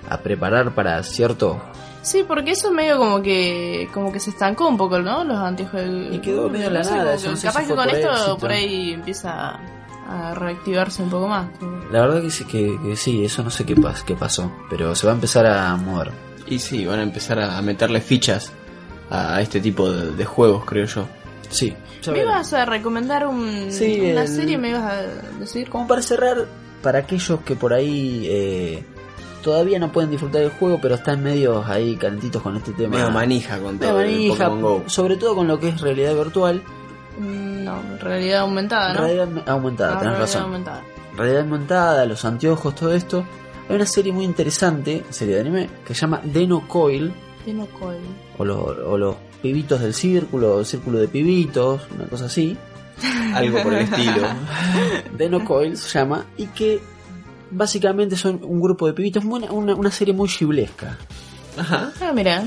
Speaker 5: a preparar para cierto...
Speaker 4: Sí, porque eso medio como que como que se estancó un poco, ¿no? Los anteojos
Speaker 5: Y quedó medio en la
Speaker 4: no sé,
Speaker 5: nada
Speaker 4: como
Speaker 5: eso,
Speaker 4: que
Speaker 5: no sé
Speaker 4: Capaz
Speaker 5: si
Speaker 4: que
Speaker 5: fue
Speaker 4: con
Speaker 5: por
Speaker 4: esto
Speaker 5: éxito.
Speaker 4: por ahí empieza a a reactivarse un poco más.
Speaker 5: La verdad que sí, que, que sí, eso no sé qué, pas, qué pasó, pero se va a empezar a mover.
Speaker 3: Y sí, van a empezar a a meterle fichas a este tipo de, de juegos, creo yo.
Speaker 5: Sí. ya
Speaker 4: Me
Speaker 5: veremos.
Speaker 4: ibas a recomendar un,
Speaker 5: Sí,
Speaker 4: una
Speaker 5: el-
Speaker 4: serie, me ibas a decir.
Speaker 5: Como para cerrar, para aquellos que por ahí eh, todavía no pueden disfrutar del juego, pero están medios ahí calentitos con este tema.
Speaker 3: Medio manija con
Speaker 5: Medio
Speaker 3: todo el
Speaker 5: manija,
Speaker 3: Pokémon Go.
Speaker 5: sobre todo con lo que es realidad virtual,
Speaker 4: Mm, No, realidad aumentada, ¿no?
Speaker 5: realidad aumentada,
Speaker 4: Ah,
Speaker 5: tenés
Speaker 4: realidad
Speaker 5: razón.
Speaker 4: aumentada.
Speaker 5: Realidad aumentada, los anteojos, todo esto. Hay una serie muy interesante, serie de anime, que se llama Deno Coil,
Speaker 4: Dino Coil.
Speaker 5: o los, o los pibitos del círculo, o el círculo de pibitos, una cosa así.
Speaker 3: Algo por el estilo.
Speaker 5: Deno Coil se llama, y que básicamente son un grupo de pibitos, muy- una, una serie muy chiblesca.
Speaker 3: Ajá.
Speaker 4: Ah, mira.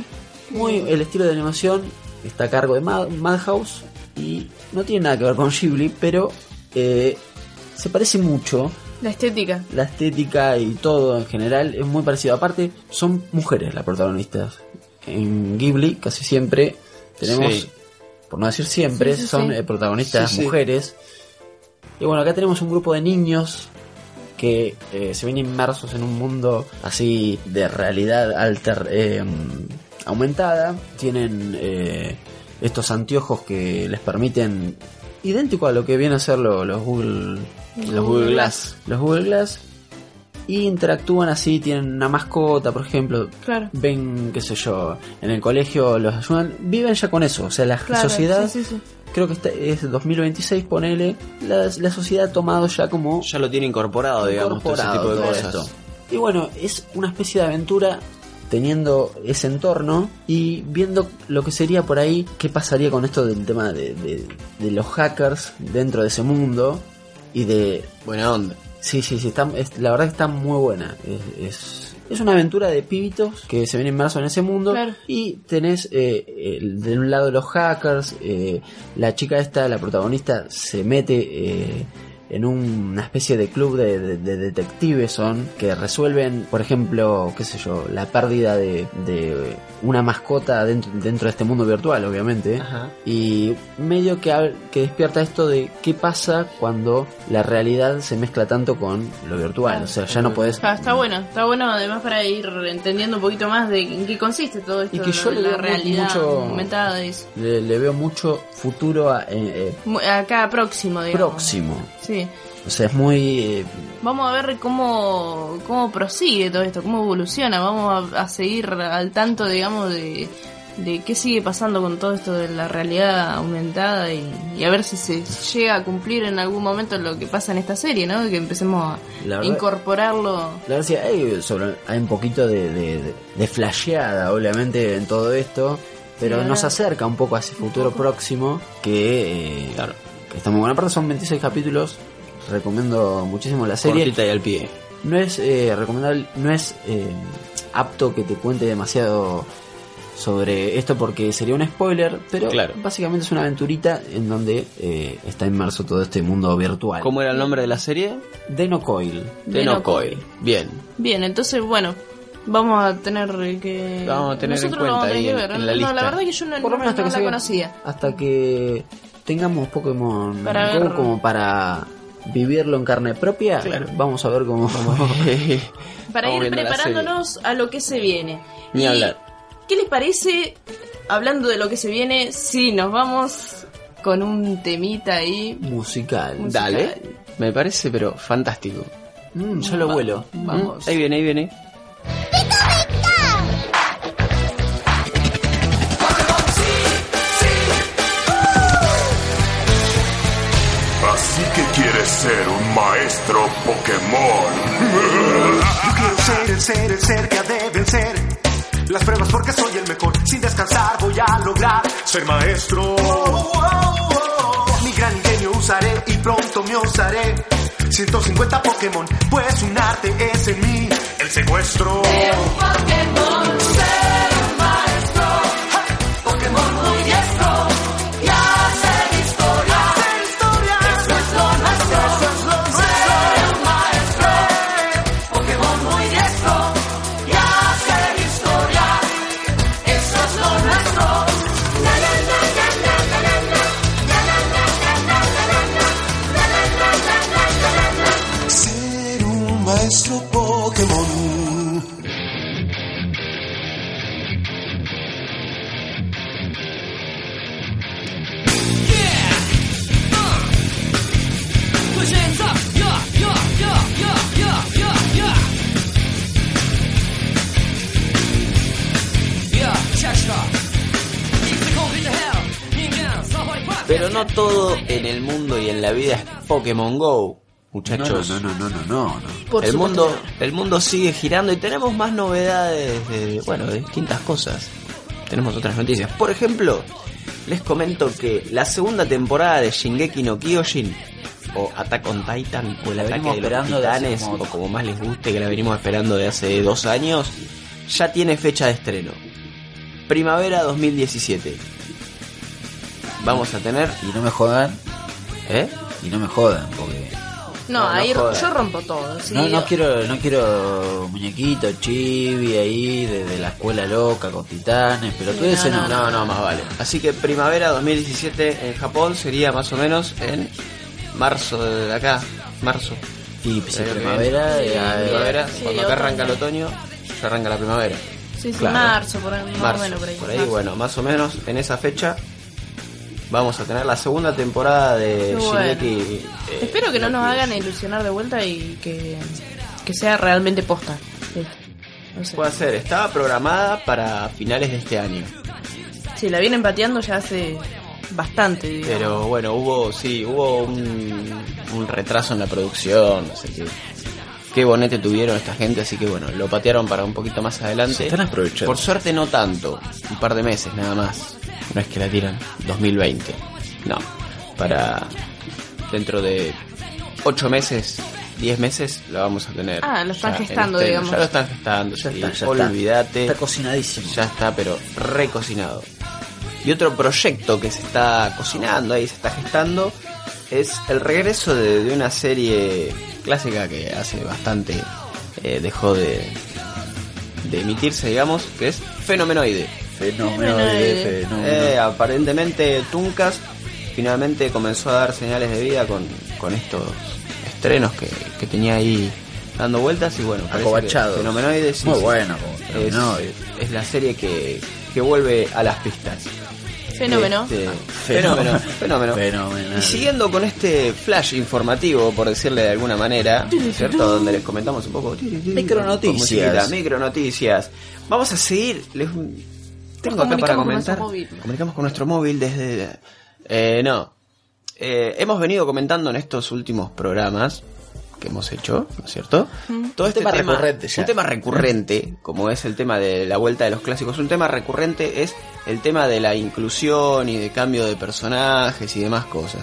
Speaker 5: Muy, el estilo de animación está a cargo de Mad- Madhouse y no tiene nada que ver con Ghibli, pero eh, se parece mucho.
Speaker 4: La estética.
Speaker 5: La estética y todo en general es muy parecido. Aparte, son mujeres las protagonistas. En Ghibli casi siempre tenemos,
Speaker 3: Sí.
Speaker 5: por no decir siempre,
Speaker 4: Sí, sí,
Speaker 5: son
Speaker 4: sí.
Speaker 5: eh, protagonistas
Speaker 3: Sí, sí.
Speaker 5: mujeres. Y bueno, acá tenemos un grupo de niños que eh, se ven inmersos en un mundo así de realidad alter, eh, aumentada. Tienen eh, estos anteojos que les permiten, idéntico a lo que vienen a ser lo- los Google, los Google Glass, los Google Glass, y interactúan así. Tienen una mascota, por ejemplo.
Speaker 4: Claro.
Speaker 5: Ven, qué sé yo, en el colegio los ayudan. Viven ya con eso. O sea, la
Speaker 4: Claro,
Speaker 5: sociedad,
Speaker 4: sí, sí, sí.
Speaker 5: creo que está- es 2026, ponele, la, la sociedad ha tomado ya como
Speaker 3: Ya lo tiene incorporado, digamos, todo ese
Speaker 5: incorporado
Speaker 3: tipo de
Speaker 5: todo
Speaker 3: cosas.
Speaker 5: esto. Y bueno, es una especie de aventura teniendo ese entorno y viendo lo que sería por ahí, qué pasaría con esto del tema de, de- de los hackers dentro de ese mundo y de...
Speaker 3: Buena onda.
Speaker 5: Sí, sí, sí, está, es- la verdad que está muy buena. Es, es- es una aventura de pibitos que se ven inmersos en ese mundo
Speaker 4: Claro.
Speaker 5: y tenés eh, el- de un lado los hackers, eh, la chica esta, la protagonista, se mete eh, en un- una especie de club de, de- de detectives son que resuelven, por ejemplo, qué sé yo, la pérdida de, de una mascota dentro, dentro de este mundo virtual, obviamente.
Speaker 3: Ajá.
Speaker 5: Y medio que, hab- que despierta esto de qué pasa cuando la realidad se mezcla tanto con lo virtual. O sea, ya no podés
Speaker 4: Ah, Está, está bueno, está bueno además para ir entendiendo un poquito más de en qué consiste todo esto.
Speaker 5: Y que
Speaker 4: de
Speaker 5: yo le
Speaker 4: la
Speaker 5: veo mu-
Speaker 4: realidad
Speaker 5: mucho-
Speaker 4: aumentada de eso.
Speaker 5: Le, le veo mucho futuro a- eh,
Speaker 4: Mu- Acá próximo,
Speaker 5: eh,
Speaker 4: digamos.
Speaker 5: próximo.
Speaker 4: Sí.
Speaker 5: O sea, es muy... eh,
Speaker 4: Vamos a ver cómo, cómo prosigue todo esto, cómo evoluciona. Vamos a, a seguir al tanto, digamos, de, de qué sigue pasando con todo esto de la realidad aumentada y, y a ver si se llega a cumplir en algún momento lo que pasa en esta serie, ¿no? Que empecemos
Speaker 5: La
Speaker 4: a
Speaker 5: verdad-
Speaker 4: incorporarlo.
Speaker 5: la verdad es que hay, sobre- hay un poquito de, de- de- de flasheada, obviamente, en todo esto. Pero
Speaker 4: la
Speaker 5: nos
Speaker 4: verdad.
Speaker 5: acerca un poco a ese futuro próximo que, eh, que está muy bueno. Aparte son 26 capítulos. Recomiendo muchísimo la serie.
Speaker 3: Cortita y al pie.
Speaker 5: No es eh, recomendable, no es eh, apto que te cuente demasiado sobre esto porque sería un spoiler, pero
Speaker 3: Claro.
Speaker 5: básicamente es una aventurita en donde eh, está inmerso todo este mundo virtual.
Speaker 3: ¿Cómo era el nombre de la serie?
Speaker 5: Deno Coil.
Speaker 4: Denocoil.
Speaker 3: Denocoil. Bien.
Speaker 4: Bien, entonces, bueno, Vamos a tener que.
Speaker 3: Vamos a tener en
Speaker 4: Nosotros
Speaker 3: cuenta
Speaker 4: lo vamos a tener
Speaker 3: ahí
Speaker 4: que
Speaker 3: en-
Speaker 4: ver.
Speaker 3: en la
Speaker 4: no,
Speaker 3: lista.
Speaker 4: la verdad que yo no,
Speaker 5: Por lo menos hasta
Speaker 4: no
Speaker 5: que
Speaker 4: la
Speaker 5: se-
Speaker 4: conocía.
Speaker 5: Hasta que tengamos Pokémon
Speaker 4: Para
Speaker 5: Go
Speaker 4: verlo.
Speaker 5: como para vivirlo en carne propia,
Speaker 3: Claro.
Speaker 5: vamos a ver cómo.
Speaker 4: Para
Speaker 3: Vamos
Speaker 4: ir
Speaker 3: viendo la
Speaker 4: preparándonos a lo que se viene.
Speaker 3: Ni
Speaker 4: Y,
Speaker 3: hablar.
Speaker 4: ¿Qué les parece, hablando de lo que se viene, si nos vamos con un temita ahí?
Speaker 5: musical.
Speaker 4: Musical.
Speaker 3: Dale. Me parece, pero fantástico.
Speaker 5: Mm, yo lo vuelo.
Speaker 4: Vamos.
Speaker 3: Mm, Ahí viene, ahí viene.
Speaker 1: Así que quieres ser un maestro Pokémon.
Speaker 6: Yo quiero ser el ser, el ser que ha de vencer. Las pruebas porque soy el mejor. Sin descansar voy a lograr ser maestro. Mi gran ingenio usaré y pronto me usaré. 150 Pokémon, pues un arte es en mí. El secuestro.
Speaker 7: ser un maestro Pokémon.
Speaker 3: Pero no todo en el mundo y en la vida es Pokémon Go, muchachos.
Speaker 7: no, no, no, no.
Speaker 4: Por
Speaker 3: el
Speaker 4: supuesto
Speaker 3: mundo,
Speaker 4: que no.
Speaker 3: el mundo sigue girando y tenemos más novedades de, bueno, de distintas cosas. Tenemos otras noticias. Por ejemplo, les comento que la segunda temporada de Shingeki no Kyojin o Attack on Titan o el
Speaker 5: La
Speaker 3: ataque de
Speaker 5: venimos
Speaker 3: los
Speaker 5: esperando de hace
Speaker 3: titanes
Speaker 5: como-
Speaker 3: o como más les guste que la venimos esperando de hace dos años ya tiene fecha de estreno. Primavera 2017. Vamos a tener,
Speaker 5: Y no me jodan,
Speaker 3: ¿eh?
Speaker 5: y no me jodan, porque
Speaker 4: No,
Speaker 3: No, no
Speaker 4: ahí
Speaker 3: jodas.
Speaker 4: yo rompo todo. sí.
Speaker 5: no, no quiero, no quiero muñequito chibi ahí de, de la escuela loca con titanes, pero tú ese no.
Speaker 3: No, no, más vale. Así que primavera 2017 en Japón sería más o menos en marzo de acá, marzo.
Speaker 5: Y pues,
Speaker 3: Creo que
Speaker 5: primavera,
Speaker 4: viene.
Speaker 5: eh, eh,
Speaker 3: Primavera,
Speaker 4: Sí,
Speaker 3: cuando acá
Speaker 4: otoño.
Speaker 3: arranca el otoño, ya arranca la primavera.
Speaker 4: Sí, sí,
Speaker 3: Claro.
Speaker 4: marzo, por ahí. más o
Speaker 3: Marzo,
Speaker 4: menos por ahí. Marzo.
Speaker 3: bueno, más o menos en esa fecha vamos a tener la segunda temporada de
Speaker 4: Qué bueno.
Speaker 3: Shingeki. eh,
Speaker 4: Espero que no nos
Speaker 3: Kyojin.
Speaker 4: hagan ilusionar de vuelta y que, que sea realmente posta. Sí. No sé.
Speaker 3: Puede ser, estaba programada para finales de este año.
Speaker 4: Sí, la vienen pateando ya hace bastante, digamos.
Speaker 3: Pero bueno, hubo, sí, hubo un, un retraso en la producción, no sé qué. Qué bonete tuvieron esta gente, así que bueno, lo patearon para un poquito más adelante.
Speaker 5: Se están aprovechando.
Speaker 3: Por suerte no tanto, un par de meses nada más. No es que la tiran 2020. No, para dentro de 8 meses, 10 meses la vamos a tener.
Speaker 4: Ah, lo están
Speaker 3: ya en
Speaker 4: gestando,
Speaker 3: estreno.
Speaker 4: digamos.
Speaker 3: Ya lo están gestando,
Speaker 5: ya
Speaker 3: sí.
Speaker 5: está, ya
Speaker 3: olvídate.
Speaker 5: Está, está cocinadísimo.
Speaker 3: Ya está, pero recocinado. Y otro proyecto que se está cocinando ahí, se está gestando, es el regreso de, de una serie clásica que hace bastante eh, dejó de, de emitirse, digamos, que es Fenomenoide.
Speaker 5: Fenómeno
Speaker 4: Fenómeno.
Speaker 5: de fenómeno.
Speaker 3: Eh, aparentemente Tuncas finalmente comenzó a dar señales de vida con, con estos estrenos que, que tenía ahí dando vueltas y bueno, parece que
Speaker 5: Acobachados.
Speaker 3: Fenomenoide sí,
Speaker 5: Muy
Speaker 3: sí,
Speaker 5: bueno,
Speaker 3: es,
Speaker 5: Fenomenoide.
Speaker 3: Eh, es la serie que, que vuelve a las pistas.
Speaker 4: Fenómeno.
Speaker 3: Este,
Speaker 5: Fenómeno.
Speaker 3: fenómeno. Fenómeno.
Speaker 5: Fenomenal.
Speaker 3: Y siguiendo con este flash informativo, por decirle de alguna manera, ¿cierto? Donde les comentamos un poco.
Speaker 5: Micronoticias.
Speaker 3: Musiquita, Micronoticias. Vamos a seguir. les- tengo acá
Speaker 4: comunicamos
Speaker 3: para
Speaker 4: con
Speaker 3: comentar.
Speaker 4: nuestro móvil.
Speaker 3: Comunicamos con nuestro móvil desde. Eh, no. Eh, hemos venido comentando en estos últimos programas que hemos hecho, ¿no es cierto? Todo este
Speaker 5: tema recurrente ya.
Speaker 3: un tema recurrente, como es el tema de la vuelta de los clásicos, un tema recurrente es el tema de la inclusión y de cambio de personajes y demás cosas.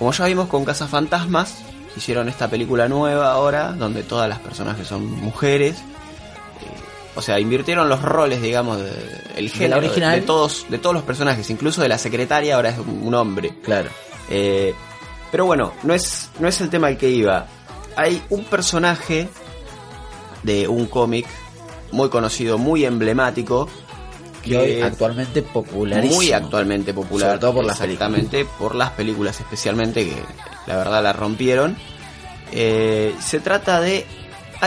Speaker 3: Como ya vimos con Cazafantasmas, hicieron esta película nueva ahora, donde todas las personajes son mujeres. Eh, O sea, invirtieron los roles, digamos, de- el género de-
Speaker 5: original?
Speaker 3: de todos, de todos los personajes, incluso de la secretaria ahora es un un hombre.
Speaker 5: Claro.
Speaker 3: Eh, pero bueno, no es, no es el tema al que iba. Hay un personaje de un cómic muy conocido, muy emblemático.
Speaker 5: que hoy
Speaker 3: que-
Speaker 5: actualmente popularísimo.
Speaker 3: Muy actualmente popular.
Speaker 5: Sobre todo por las
Speaker 3: Exactamente, por las películas especialmente que la verdad la rompieron. Eh, se trata de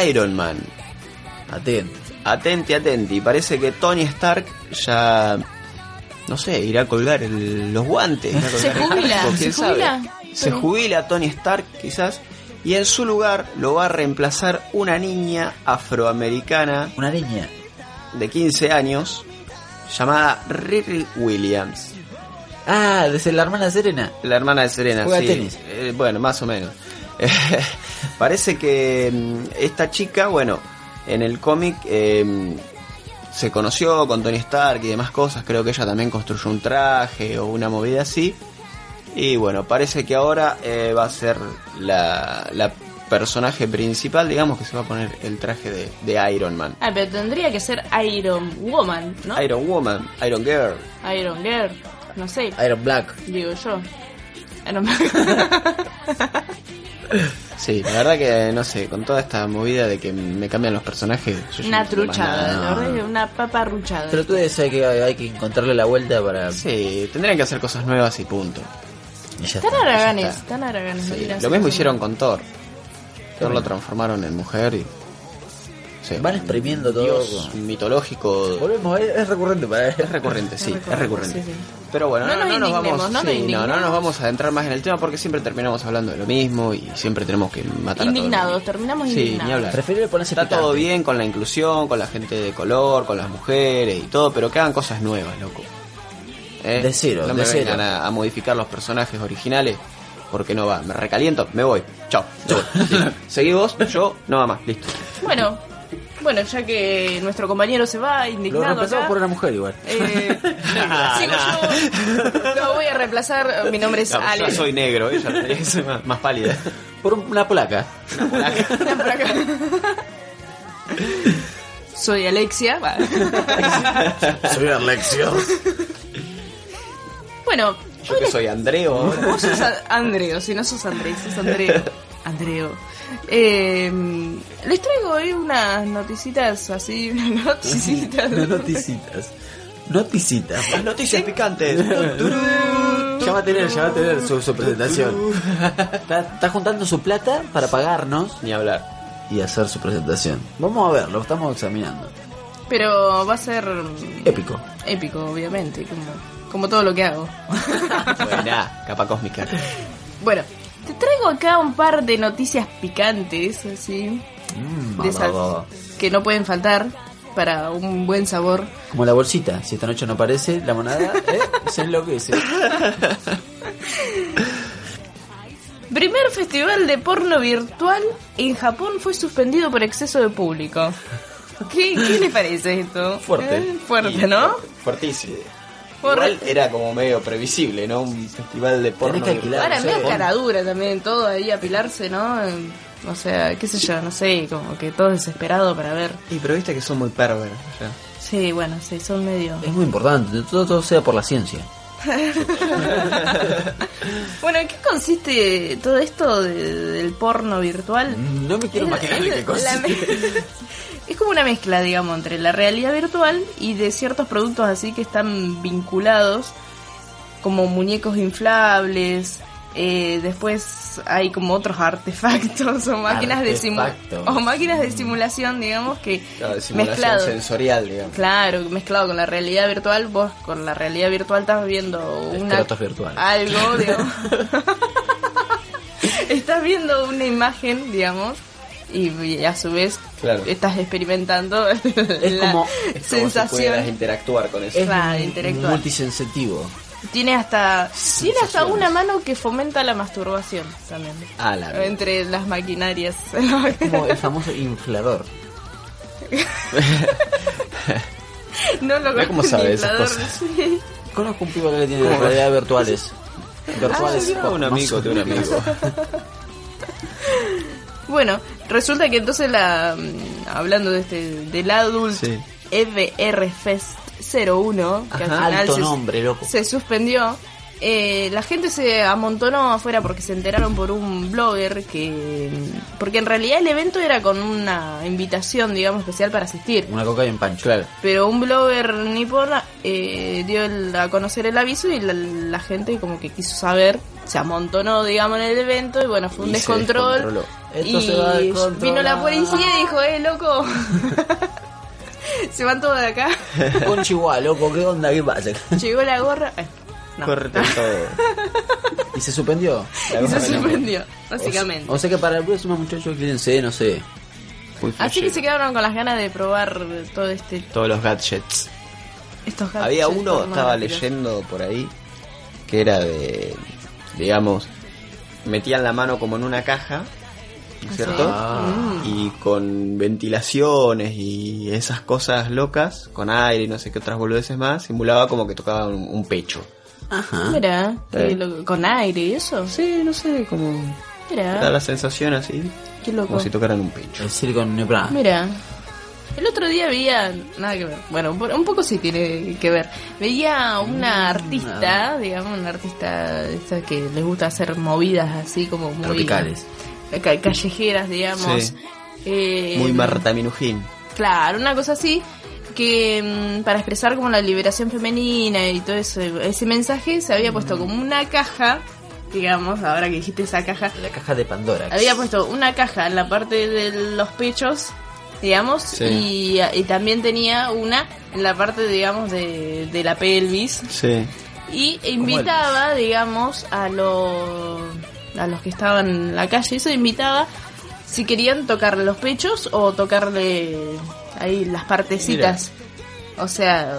Speaker 3: Iron Man.
Speaker 5: Atento.
Speaker 3: Atenti, atenti. Parece que Tony Stark ya... No sé, irá a colgar el- los guantes. irá a
Speaker 4: Se
Speaker 3: colgar el
Speaker 4: jubila,
Speaker 3: casco,
Speaker 4: se
Speaker 3: quién sabe.
Speaker 4: jubila.
Speaker 3: Se jubila Tony Stark quizás. Y en su lugar lo va a reemplazar una niña afroamericana
Speaker 5: Una niña.
Speaker 3: de 15 años llamada Riri Williams.
Speaker 5: Ah, desde la hermana Serena.
Speaker 3: La hermana de Serena,
Speaker 5: Juega
Speaker 3: sí.
Speaker 5: tenis.
Speaker 3: Eh, bueno, más o menos. Parece que mm, esta chica, bueno, en el cómic eh, se conoció con Tony Stark y demás cosas. Creo que ella también construyó un traje o una movida así. Y bueno, parece que ahora eh, va a ser la, la personaje principal, digamos que se va a poner el traje de, de Iron Man.
Speaker 4: Ah, pero tendría que ser Iron Woman, ¿no?
Speaker 3: Iron Woman, Iron Girl.
Speaker 4: Iron Girl, no sé,
Speaker 5: Iron Black.
Speaker 4: digo yo. Ah, Iron
Speaker 3: Sí, la verdad que no sé, con toda esta movida de que me cambian los personajes. yo ya
Speaker 4: una
Speaker 3: no entiendo más nada.
Speaker 4: truchada,
Speaker 5: no,
Speaker 4: la verdad
Speaker 5: no.
Speaker 4: que una paparruchada.
Speaker 5: Pero tú decís hay que, hay que encontrarle la vuelta para...
Speaker 3: Sí, tendrían que hacer cosas nuevas y punto.
Speaker 5: Y ya
Speaker 4: Tan
Speaker 5: está.
Speaker 4: haraganes,
Speaker 3: está.
Speaker 4: tan haraganes. no tiene
Speaker 3: Lo
Speaker 4: sentido.
Speaker 3: mismo hicieron con Thor. Thor lo transformaron en mujer y. sí,
Speaker 5: Van
Speaker 3: un
Speaker 5: exprimiendo todo
Speaker 3: Dios
Speaker 5: con-
Speaker 3: mitológico.
Speaker 5: Volvemos, es, es recurrente para
Speaker 3: Es recurrente, sí, es recurrente.
Speaker 4: sí, sí.
Speaker 3: Pero bueno, no, no,
Speaker 4: No
Speaker 3: no
Speaker 4: nos
Speaker 3: nos
Speaker 4: indignemos,
Speaker 3: vamos,
Speaker 4: no nos
Speaker 3: sí, no, no nos
Speaker 4: indignemos.
Speaker 3: vamos a adentrar más en el tema porque siempre terminamos hablando de lo mismo y siempre tenemos que matar a todo el
Speaker 4: Indignados,
Speaker 3: mundo.
Speaker 4: terminamos
Speaker 3: Sí, ni
Speaker 4: indignados.
Speaker 3: hablar.
Speaker 5: Preferible ponerse
Speaker 3: Está todo
Speaker 5: picante.
Speaker 3: bien con la inclusión, con la gente de color, con las mujeres y todo, pero que hagan cosas nuevas, loco. ¿Eh?
Speaker 5: De cero,
Speaker 3: no me
Speaker 5: de
Speaker 3: vengan
Speaker 5: cero.
Speaker 3: A, a modificar los personajes originales porque no va. Me recaliento, me voy. Chao. me voy. Sí. Seguí vos, yo no va más. Listo.
Speaker 4: Bueno, bueno, ya que nuestro compañero se va
Speaker 5: Lo
Speaker 4: indignado
Speaker 5: reemplazamos
Speaker 4: acá,
Speaker 5: por una mujer igual.
Speaker 4: eh, sigo yo. Lo voy a reemplazar. Mi nombre es
Speaker 3: No, yo
Speaker 4: Ale.
Speaker 3: soy negro, ella tendría que ser más, más pálida.
Speaker 5: Por un- una polaca.
Speaker 4: Por acá. Soy Alexia. va.
Speaker 5: Soy Alexio.
Speaker 4: Bueno,
Speaker 3: Yo que soy Andreo. ahora.
Speaker 4: Vos sos A- Andreo, si no sos Andrés, sos Andreo. Andreo. Eh, les traigo hoy unas noticitas así, unas noticitas.
Speaker 5: Noticitas. Noticitas.
Speaker 3: Las noticias picantes.
Speaker 5: Ya va a tener, ya va a tener su, su presentación. Está, está juntando su plata para pagarnos
Speaker 3: Ni hablar.
Speaker 5: y hacer su presentación. Vamos a ver, lo estamos examinando.
Speaker 4: Pero va a ser mm,
Speaker 5: Épico.
Speaker 4: épico, obviamente, como, como todo lo que hago.
Speaker 3: Buena, capa cósmica.
Speaker 4: Bueno, te traigo acá un par de noticias picantes, así,
Speaker 5: Mm,
Speaker 4: de
Speaker 5: va,
Speaker 4: esas
Speaker 5: va, va.
Speaker 4: que no pueden faltar para un buen sabor.
Speaker 5: Como la bolsita. Si esta noche no aparece, la monada eh, se enloquece.
Speaker 4: Primer festival de porno virtual en Japón fue suspendido por exceso de público. ¿Qué, qué le parece esto?
Speaker 5: Fuerte.
Speaker 4: Eh, Fuerte, ¿no?
Speaker 3: Fuertísimo.
Speaker 4: Fuerte.
Speaker 3: Igual era como medio previsible, ¿no? Un festival de porno.
Speaker 5: que alquilar,
Speaker 3: virtual.
Speaker 4: Ahora,
Speaker 5: sí.
Speaker 4: medio caradura también, todo ahí apilarse, ¿no? Eh, O sea, qué sé yo, no sé, como que todo desesperado para ver.
Speaker 3: Y pero viste que son muy perveros.
Speaker 4: Sí, bueno, sí, son medio...
Speaker 5: Es muy importante, todo, todo sea por la ciencia.
Speaker 4: Bueno, ¿en qué consiste todo esto de- del porno virtual?
Speaker 5: No me quiero
Speaker 4: Es- es
Speaker 5: imaginar de qué
Speaker 4: la
Speaker 5: cosa.
Speaker 4: me- Es como una mezcla, digamos, entre la realidad virtual y de ciertos productos así que están vinculados, como muñecos inflables. eh, después hay como otros artefactos o máquinas de simu-
Speaker 5: Artefactos.
Speaker 4: o máquinas de simulación, digamos que
Speaker 3: Claro, de simulación
Speaker 4: mezclado,
Speaker 3: sensorial, digamos.
Speaker 4: claro, mezclado con la realidad virtual. Vos con la realidad virtual estás viendo una
Speaker 5: Escrotos virtuales.
Speaker 4: algo, digamos. estás viendo una imagen, digamos, y, y a su vez
Speaker 3: Claro.
Speaker 4: estás experimentando la
Speaker 5: como-
Speaker 3: Es como si
Speaker 4: sensación.
Speaker 3: pudieras interactuar con eso.
Speaker 5: Es
Speaker 4: Claro,
Speaker 5: un-
Speaker 4: intelectual.
Speaker 5: multisensitivo.
Speaker 4: tiene hasta tiene hasta una mano que fomenta la masturbación también.
Speaker 3: Ah, la verdad.
Speaker 4: entre las maquinarias.
Speaker 5: Como el famoso inflador.
Speaker 4: no lo
Speaker 3: Mirá cómo
Speaker 4: conozco,
Speaker 3: sabe
Speaker 4: ni
Speaker 3: esas
Speaker 4: hablador,
Speaker 3: cosas.
Speaker 4: sí.
Speaker 5: Conozco un pico que le tiene realidad virtuales. Virtuales.
Speaker 3: Ah, un amigo de un amigo.
Speaker 4: Bueno, resulta que entonces la mm, hablando de este del Adult
Speaker 3: Sí.
Speaker 4: EVR Fest 01, que al
Speaker 5: Ajá,
Speaker 4: final
Speaker 5: alto
Speaker 4: se-
Speaker 5: nombre, loco.
Speaker 4: se suspendió. eh, la gente se amontonó afuera porque se enteraron por un blogger que... mm, Porque en realidad el evento era con una invitación, digamos, especial para asistir.
Speaker 5: Una coca y un pancho. Claro.
Speaker 4: Pero un blogger nipón eh, dio el- a conocer el aviso y la, la gente como que quiso saber, se amontonó, digamos, en el evento y bueno, fue un
Speaker 5: Y se
Speaker 4: descontrol.
Speaker 5: descontroló.
Speaker 4: Y
Speaker 5: Esto se va a descontrolar.
Speaker 4: vino la policía y dijo, eh, loco, se van todos de acá.
Speaker 5: Con Chihuahua, loco, ¿qué onda? ¿Qué pasa?
Speaker 4: Llegó la gorra. eh, no.
Speaker 3: Corte todo.
Speaker 5: Y se suspendió.
Speaker 4: Y se suspendió, básicamente.
Speaker 5: O sea que para el próximo muchachos, quédense, no sé. Muy
Speaker 4: Así que
Speaker 5: flashero.
Speaker 4: se quedaron con las ganas de probar todo este
Speaker 3: Todos los gadgets.
Speaker 4: estos gatos.
Speaker 3: Había uno,
Speaker 4: estos
Speaker 3: estaba
Speaker 4: mamíferos.
Speaker 3: leyendo por ahí, que era de, digamos, metían la mano como en una caja, ¿no es ¿cierto? Y con ventilaciones y esas cosas locas, con aire y no sé qué otras boludeces más, simulaba como que tocaba un, un pecho.
Speaker 4: Mira,
Speaker 3: Sí.
Speaker 4: qué loco, con aire y eso.
Speaker 3: Sí, no sé, como ¿ah? da
Speaker 4: Mira,
Speaker 3: la sensación así,
Speaker 4: qué
Speaker 3: como
Speaker 4: loco.
Speaker 3: si tocaran un pecho.
Speaker 5: El Silicon Nebra.
Speaker 4: Ah. Mira. El otro día veía, nada que ver, bueno, un po- un poco sí tiene que ver. Veía una
Speaker 3: Mm,
Speaker 4: artista, digamos, una artista de esas que les gusta hacer movidas así como muy... eh,
Speaker 5: Tropicales.
Speaker 4: ca- callejeras, digamos.
Speaker 3: Sí.
Speaker 4: Eh,
Speaker 3: Muy Marta Minujín.
Speaker 4: Claro, una cosa así que mm, para expresar como la liberación femenina y todo eso, ese mensaje se había
Speaker 3: Mm.
Speaker 4: puesto como una caja, digamos, ahora que dijiste esa caja,
Speaker 5: La caja de Pandora.
Speaker 4: había puesto una caja en la parte de los pechos, digamos, y, y también tenía una en la parte, digamos, de, de la pelvis.
Speaker 3: Sí.
Speaker 4: Y invitaba, digamos, a los a los que estaban en la calle, eso invitaba si querían tocarle los pechos o tocarle ahí las partecitas. O sea,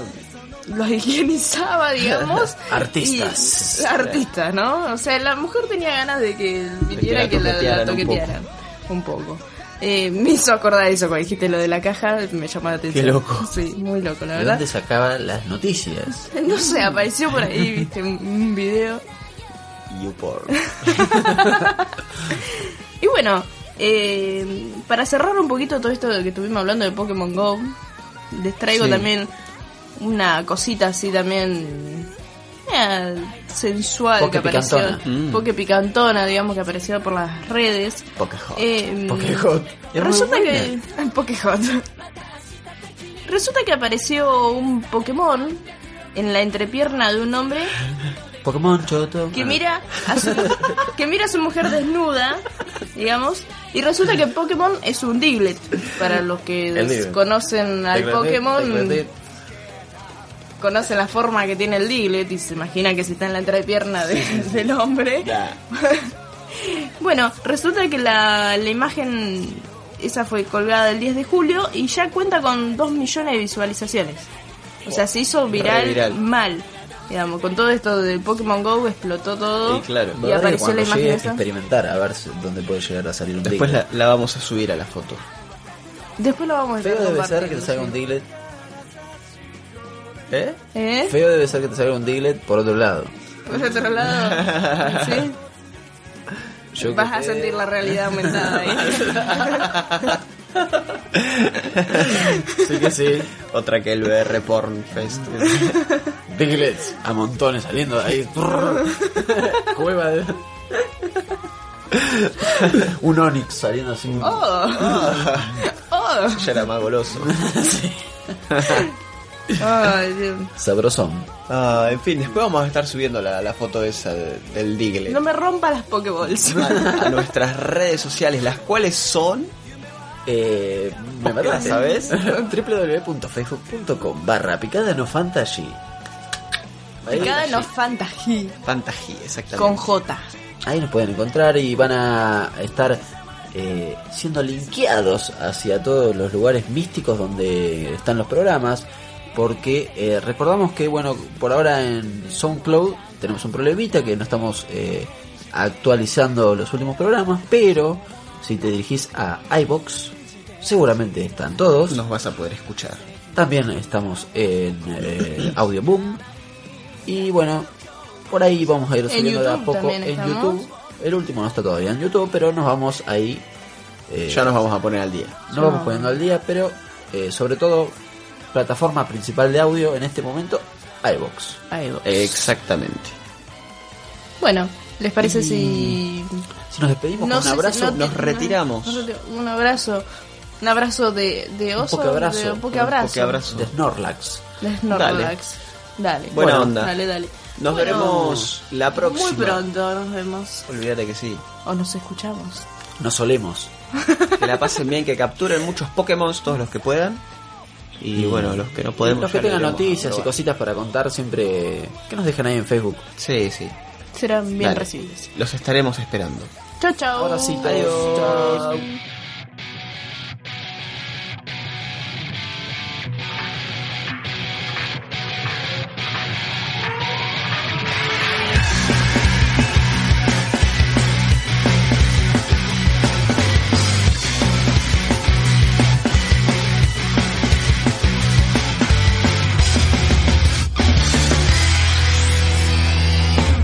Speaker 4: los higienizaba, digamos.
Speaker 5: Artistas.
Speaker 4: y- artistas, ¿no? O sea, la mujer tenía ganas de que viniera
Speaker 3: la
Speaker 4: que la,
Speaker 3: toquetearan
Speaker 4: la
Speaker 3: un
Speaker 4: toquetearan un poco. Eh, me hizo acordar eso cuando dijiste lo de la caja, me llamó la atención.
Speaker 3: Qué loco.
Speaker 4: Sí, muy loco, la
Speaker 5: ¿De
Speaker 4: verdad.
Speaker 5: dónde sacaba las noticias?
Speaker 4: No sé, apareció por ahí, viste, un, un video.
Speaker 3: YouPorn.
Speaker 4: Y bueno, eh, para cerrar un poquito todo esto de que estuvimos hablando de Pokémon Go, les traigo
Speaker 3: Sí.
Speaker 4: también una cosita así también eh, sensual
Speaker 5: Poke
Speaker 4: que apareció.
Speaker 5: picantona. Mm.
Speaker 4: Poke picantona, digamos, que apareció por las redes.
Speaker 3: Pocahontas.
Speaker 4: Eh,
Speaker 5: Pokéhot. Es muy
Speaker 4: Resulta que.
Speaker 5: buena.
Speaker 4: Pokéhot. Resulta que apareció un Pokémon en la entrepierna de un hombre
Speaker 5: Pokémon Choto.
Speaker 4: que mira a su, que mira a su mujer desnuda, digamos, y resulta que Pokémon es un Diglett. Para los que
Speaker 5: El Diglett.
Speaker 4: conocen al Pokémon,
Speaker 5: Teclate.
Speaker 4: conocen la forma que tiene el Diglett y se imaginan que si está en la entrepierna de- del hombre. Bueno, resulta que la, la imagen esa fue colgada el 10 de julio y ya cuenta con 2 millones de visualizaciones. O sea, se hizo viral,
Speaker 3: Re viral.
Speaker 4: mal. Digamos, con todo esto de Pokémon Go explotó todo
Speaker 3: Sí, claro.
Speaker 4: y
Speaker 5: Ahora que
Speaker 4: apareció
Speaker 5: cuando
Speaker 4: la imagen
Speaker 5: llegue, este
Speaker 4: esa.
Speaker 5: experimentar a ver si- dónde puede llegar a salir un
Speaker 3: Después la,
Speaker 5: Diglett.
Speaker 3: la vamos a subir a la foto.
Speaker 4: Después lo vamos a
Speaker 5: Feo
Speaker 4: estar
Speaker 5: debe ser que
Speaker 4: compartiendo,
Speaker 5: te salga
Speaker 4: sí.
Speaker 5: un Diglett. ¿Eh?
Speaker 4: ¿Eh?
Speaker 5: Feo debe ser que te salga un Diglett por otro lado.
Speaker 4: Por otro lado, ¿sí?
Speaker 5: Yo
Speaker 4: vas
Speaker 5: que
Speaker 4: a
Speaker 5: sé-
Speaker 4: sentir la realidad aumentada ahí.
Speaker 5: Sí que sí.
Speaker 3: Otra que el BR Porn Fest.
Speaker 5: Diglets a montones saliendo de ahí. Cueva de... un Onix saliendo así.
Speaker 4: Oh. Oh.
Speaker 3: ya era más goloso.
Speaker 4: Ay, Dios.
Speaker 5: Sabrosón.
Speaker 3: Ah, en fin, después vamos a estar subiendo la, la foto esa de- del Diglett
Speaker 4: No me rompa las Pokéballs.
Speaker 3: a, a nuestras redes sociales, las cuales son.
Speaker 5: Eh, me
Speaker 3: ¿Vos qué
Speaker 5: mataste.
Speaker 3: la sabés?
Speaker 5: www.facebook.com barra picada no fantasy. Ahí,
Speaker 4: Cada no fantasy
Speaker 3: Fantasía, exactamente.
Speaker 4: con J.
Speaker 5: ahí nos pueden encontrar y van a estar eh, siendo linkeados hacia todos los lugares místicos donde están los programas. Porque eh, recordamos que, bueno, por ahora en SoundCloud tenemos un problemita que no estamos eh, actualizando los últimos programas, pero si te dirigís a iBox, seguramente están todos.
Speaker 3: Nos vas a poder escuchar.
Speaker 5: También estamos en eh, Audio Boom. Y bueno, por ahí vamos a ir subiendo de a
Speaker 4: YouTube
Speaker 5: poco
Speaker 4: también
Speaker 5: en
Speaker 4: estamos.
Speaker 5: YouTube. El último no está todavía en YouTube, pero nos vamos ahí. eh,
Speaker 3: Ya nos vamos a poner al día.
Speaker 5: nos vamos poniendo al día, pero eh, sobre todo, plataforma principal de audio en este momento, iBox.
Speaker 4: Ahí va.
Speaker 3: Exactamente.
Speaker 4: Bueno, ¿les parece si
Speaker 5: Si nos despedimos
Speaker 3: No
Speaker 5: con
Speaker 3: sé
Speaker 5: un
Speaker 3: si-
Speaker 5: abrazo.
Speaker 3: nos retiramos.
Speaker 4: nos reti- un abrazo. Un abrazo de, de oso.
Speaker 5: pokeabrazo.
Speaker 4: de-
Speaker 5: Un
Speaker 4: pokeabrazo.
Speaker 3: pokeabrazo.
Speaker 5: De Snorlax.
Speaker 4: De Snorlax. Dale.
Speaker 3: Buena onda.
Speaker 4: Dale, dale.
Speaker 3: Nos
Speaker 4: Bueno,
Speaker 3: veremos la próxima.
Speaker 4: Muy pronto nos vemos.
Speaker 3: Olvídate que sí.
Speaker 4: O nos escuchamos.
Speaker 5: Nos solemos.
Speaker 3: Que la pasen bien, que capturen muchos Pokémon, todos los que puedan. Y bueno, los que no podemos.
Speaker 5: Los que
Speaker 3: ya le
Speaker 5: tengan
Speaker 3: iremos
Speaker 5: noticias y
Speaker 3: probando.
Speaker 5: cositas para contar siempre. Que nos dejen ahí en Facebook.
Speaker 3: Sí, sí.
Speaker 4: Serán bien
Speaker 3: Dale.
Speaker 4: recibidos.
Speaker 3: Los estaremos esperando.
Speaker 4: Chau, chau.
Speaker 5: Ahora sí, todos.
Speaker 3: Adiós.
Speaker 5: Chao.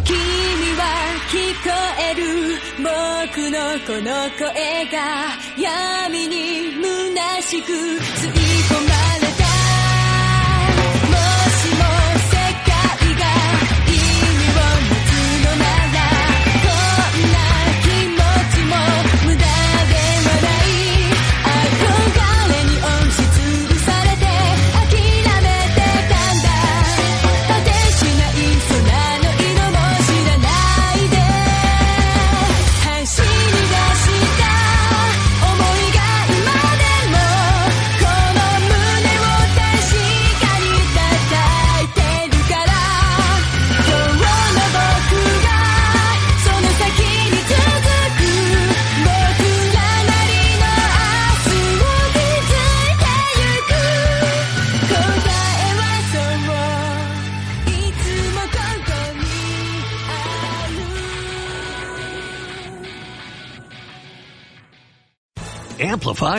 Speaker 8: 君は聞こえる僕のこの声が闇に虚しく吸い込まれたもしも世界が意味を持つのならこんな気持ちも無駄ではない憧れに押しつぶされて諦めてたんだ果てしない空の色も知らないで走り出した想いが今でもこの胸を確かに叩いてるから今日の僕がその先に続く僕らなりの明日を築いてゆく答えはそういつもここにある「
Speaker 9: Amplify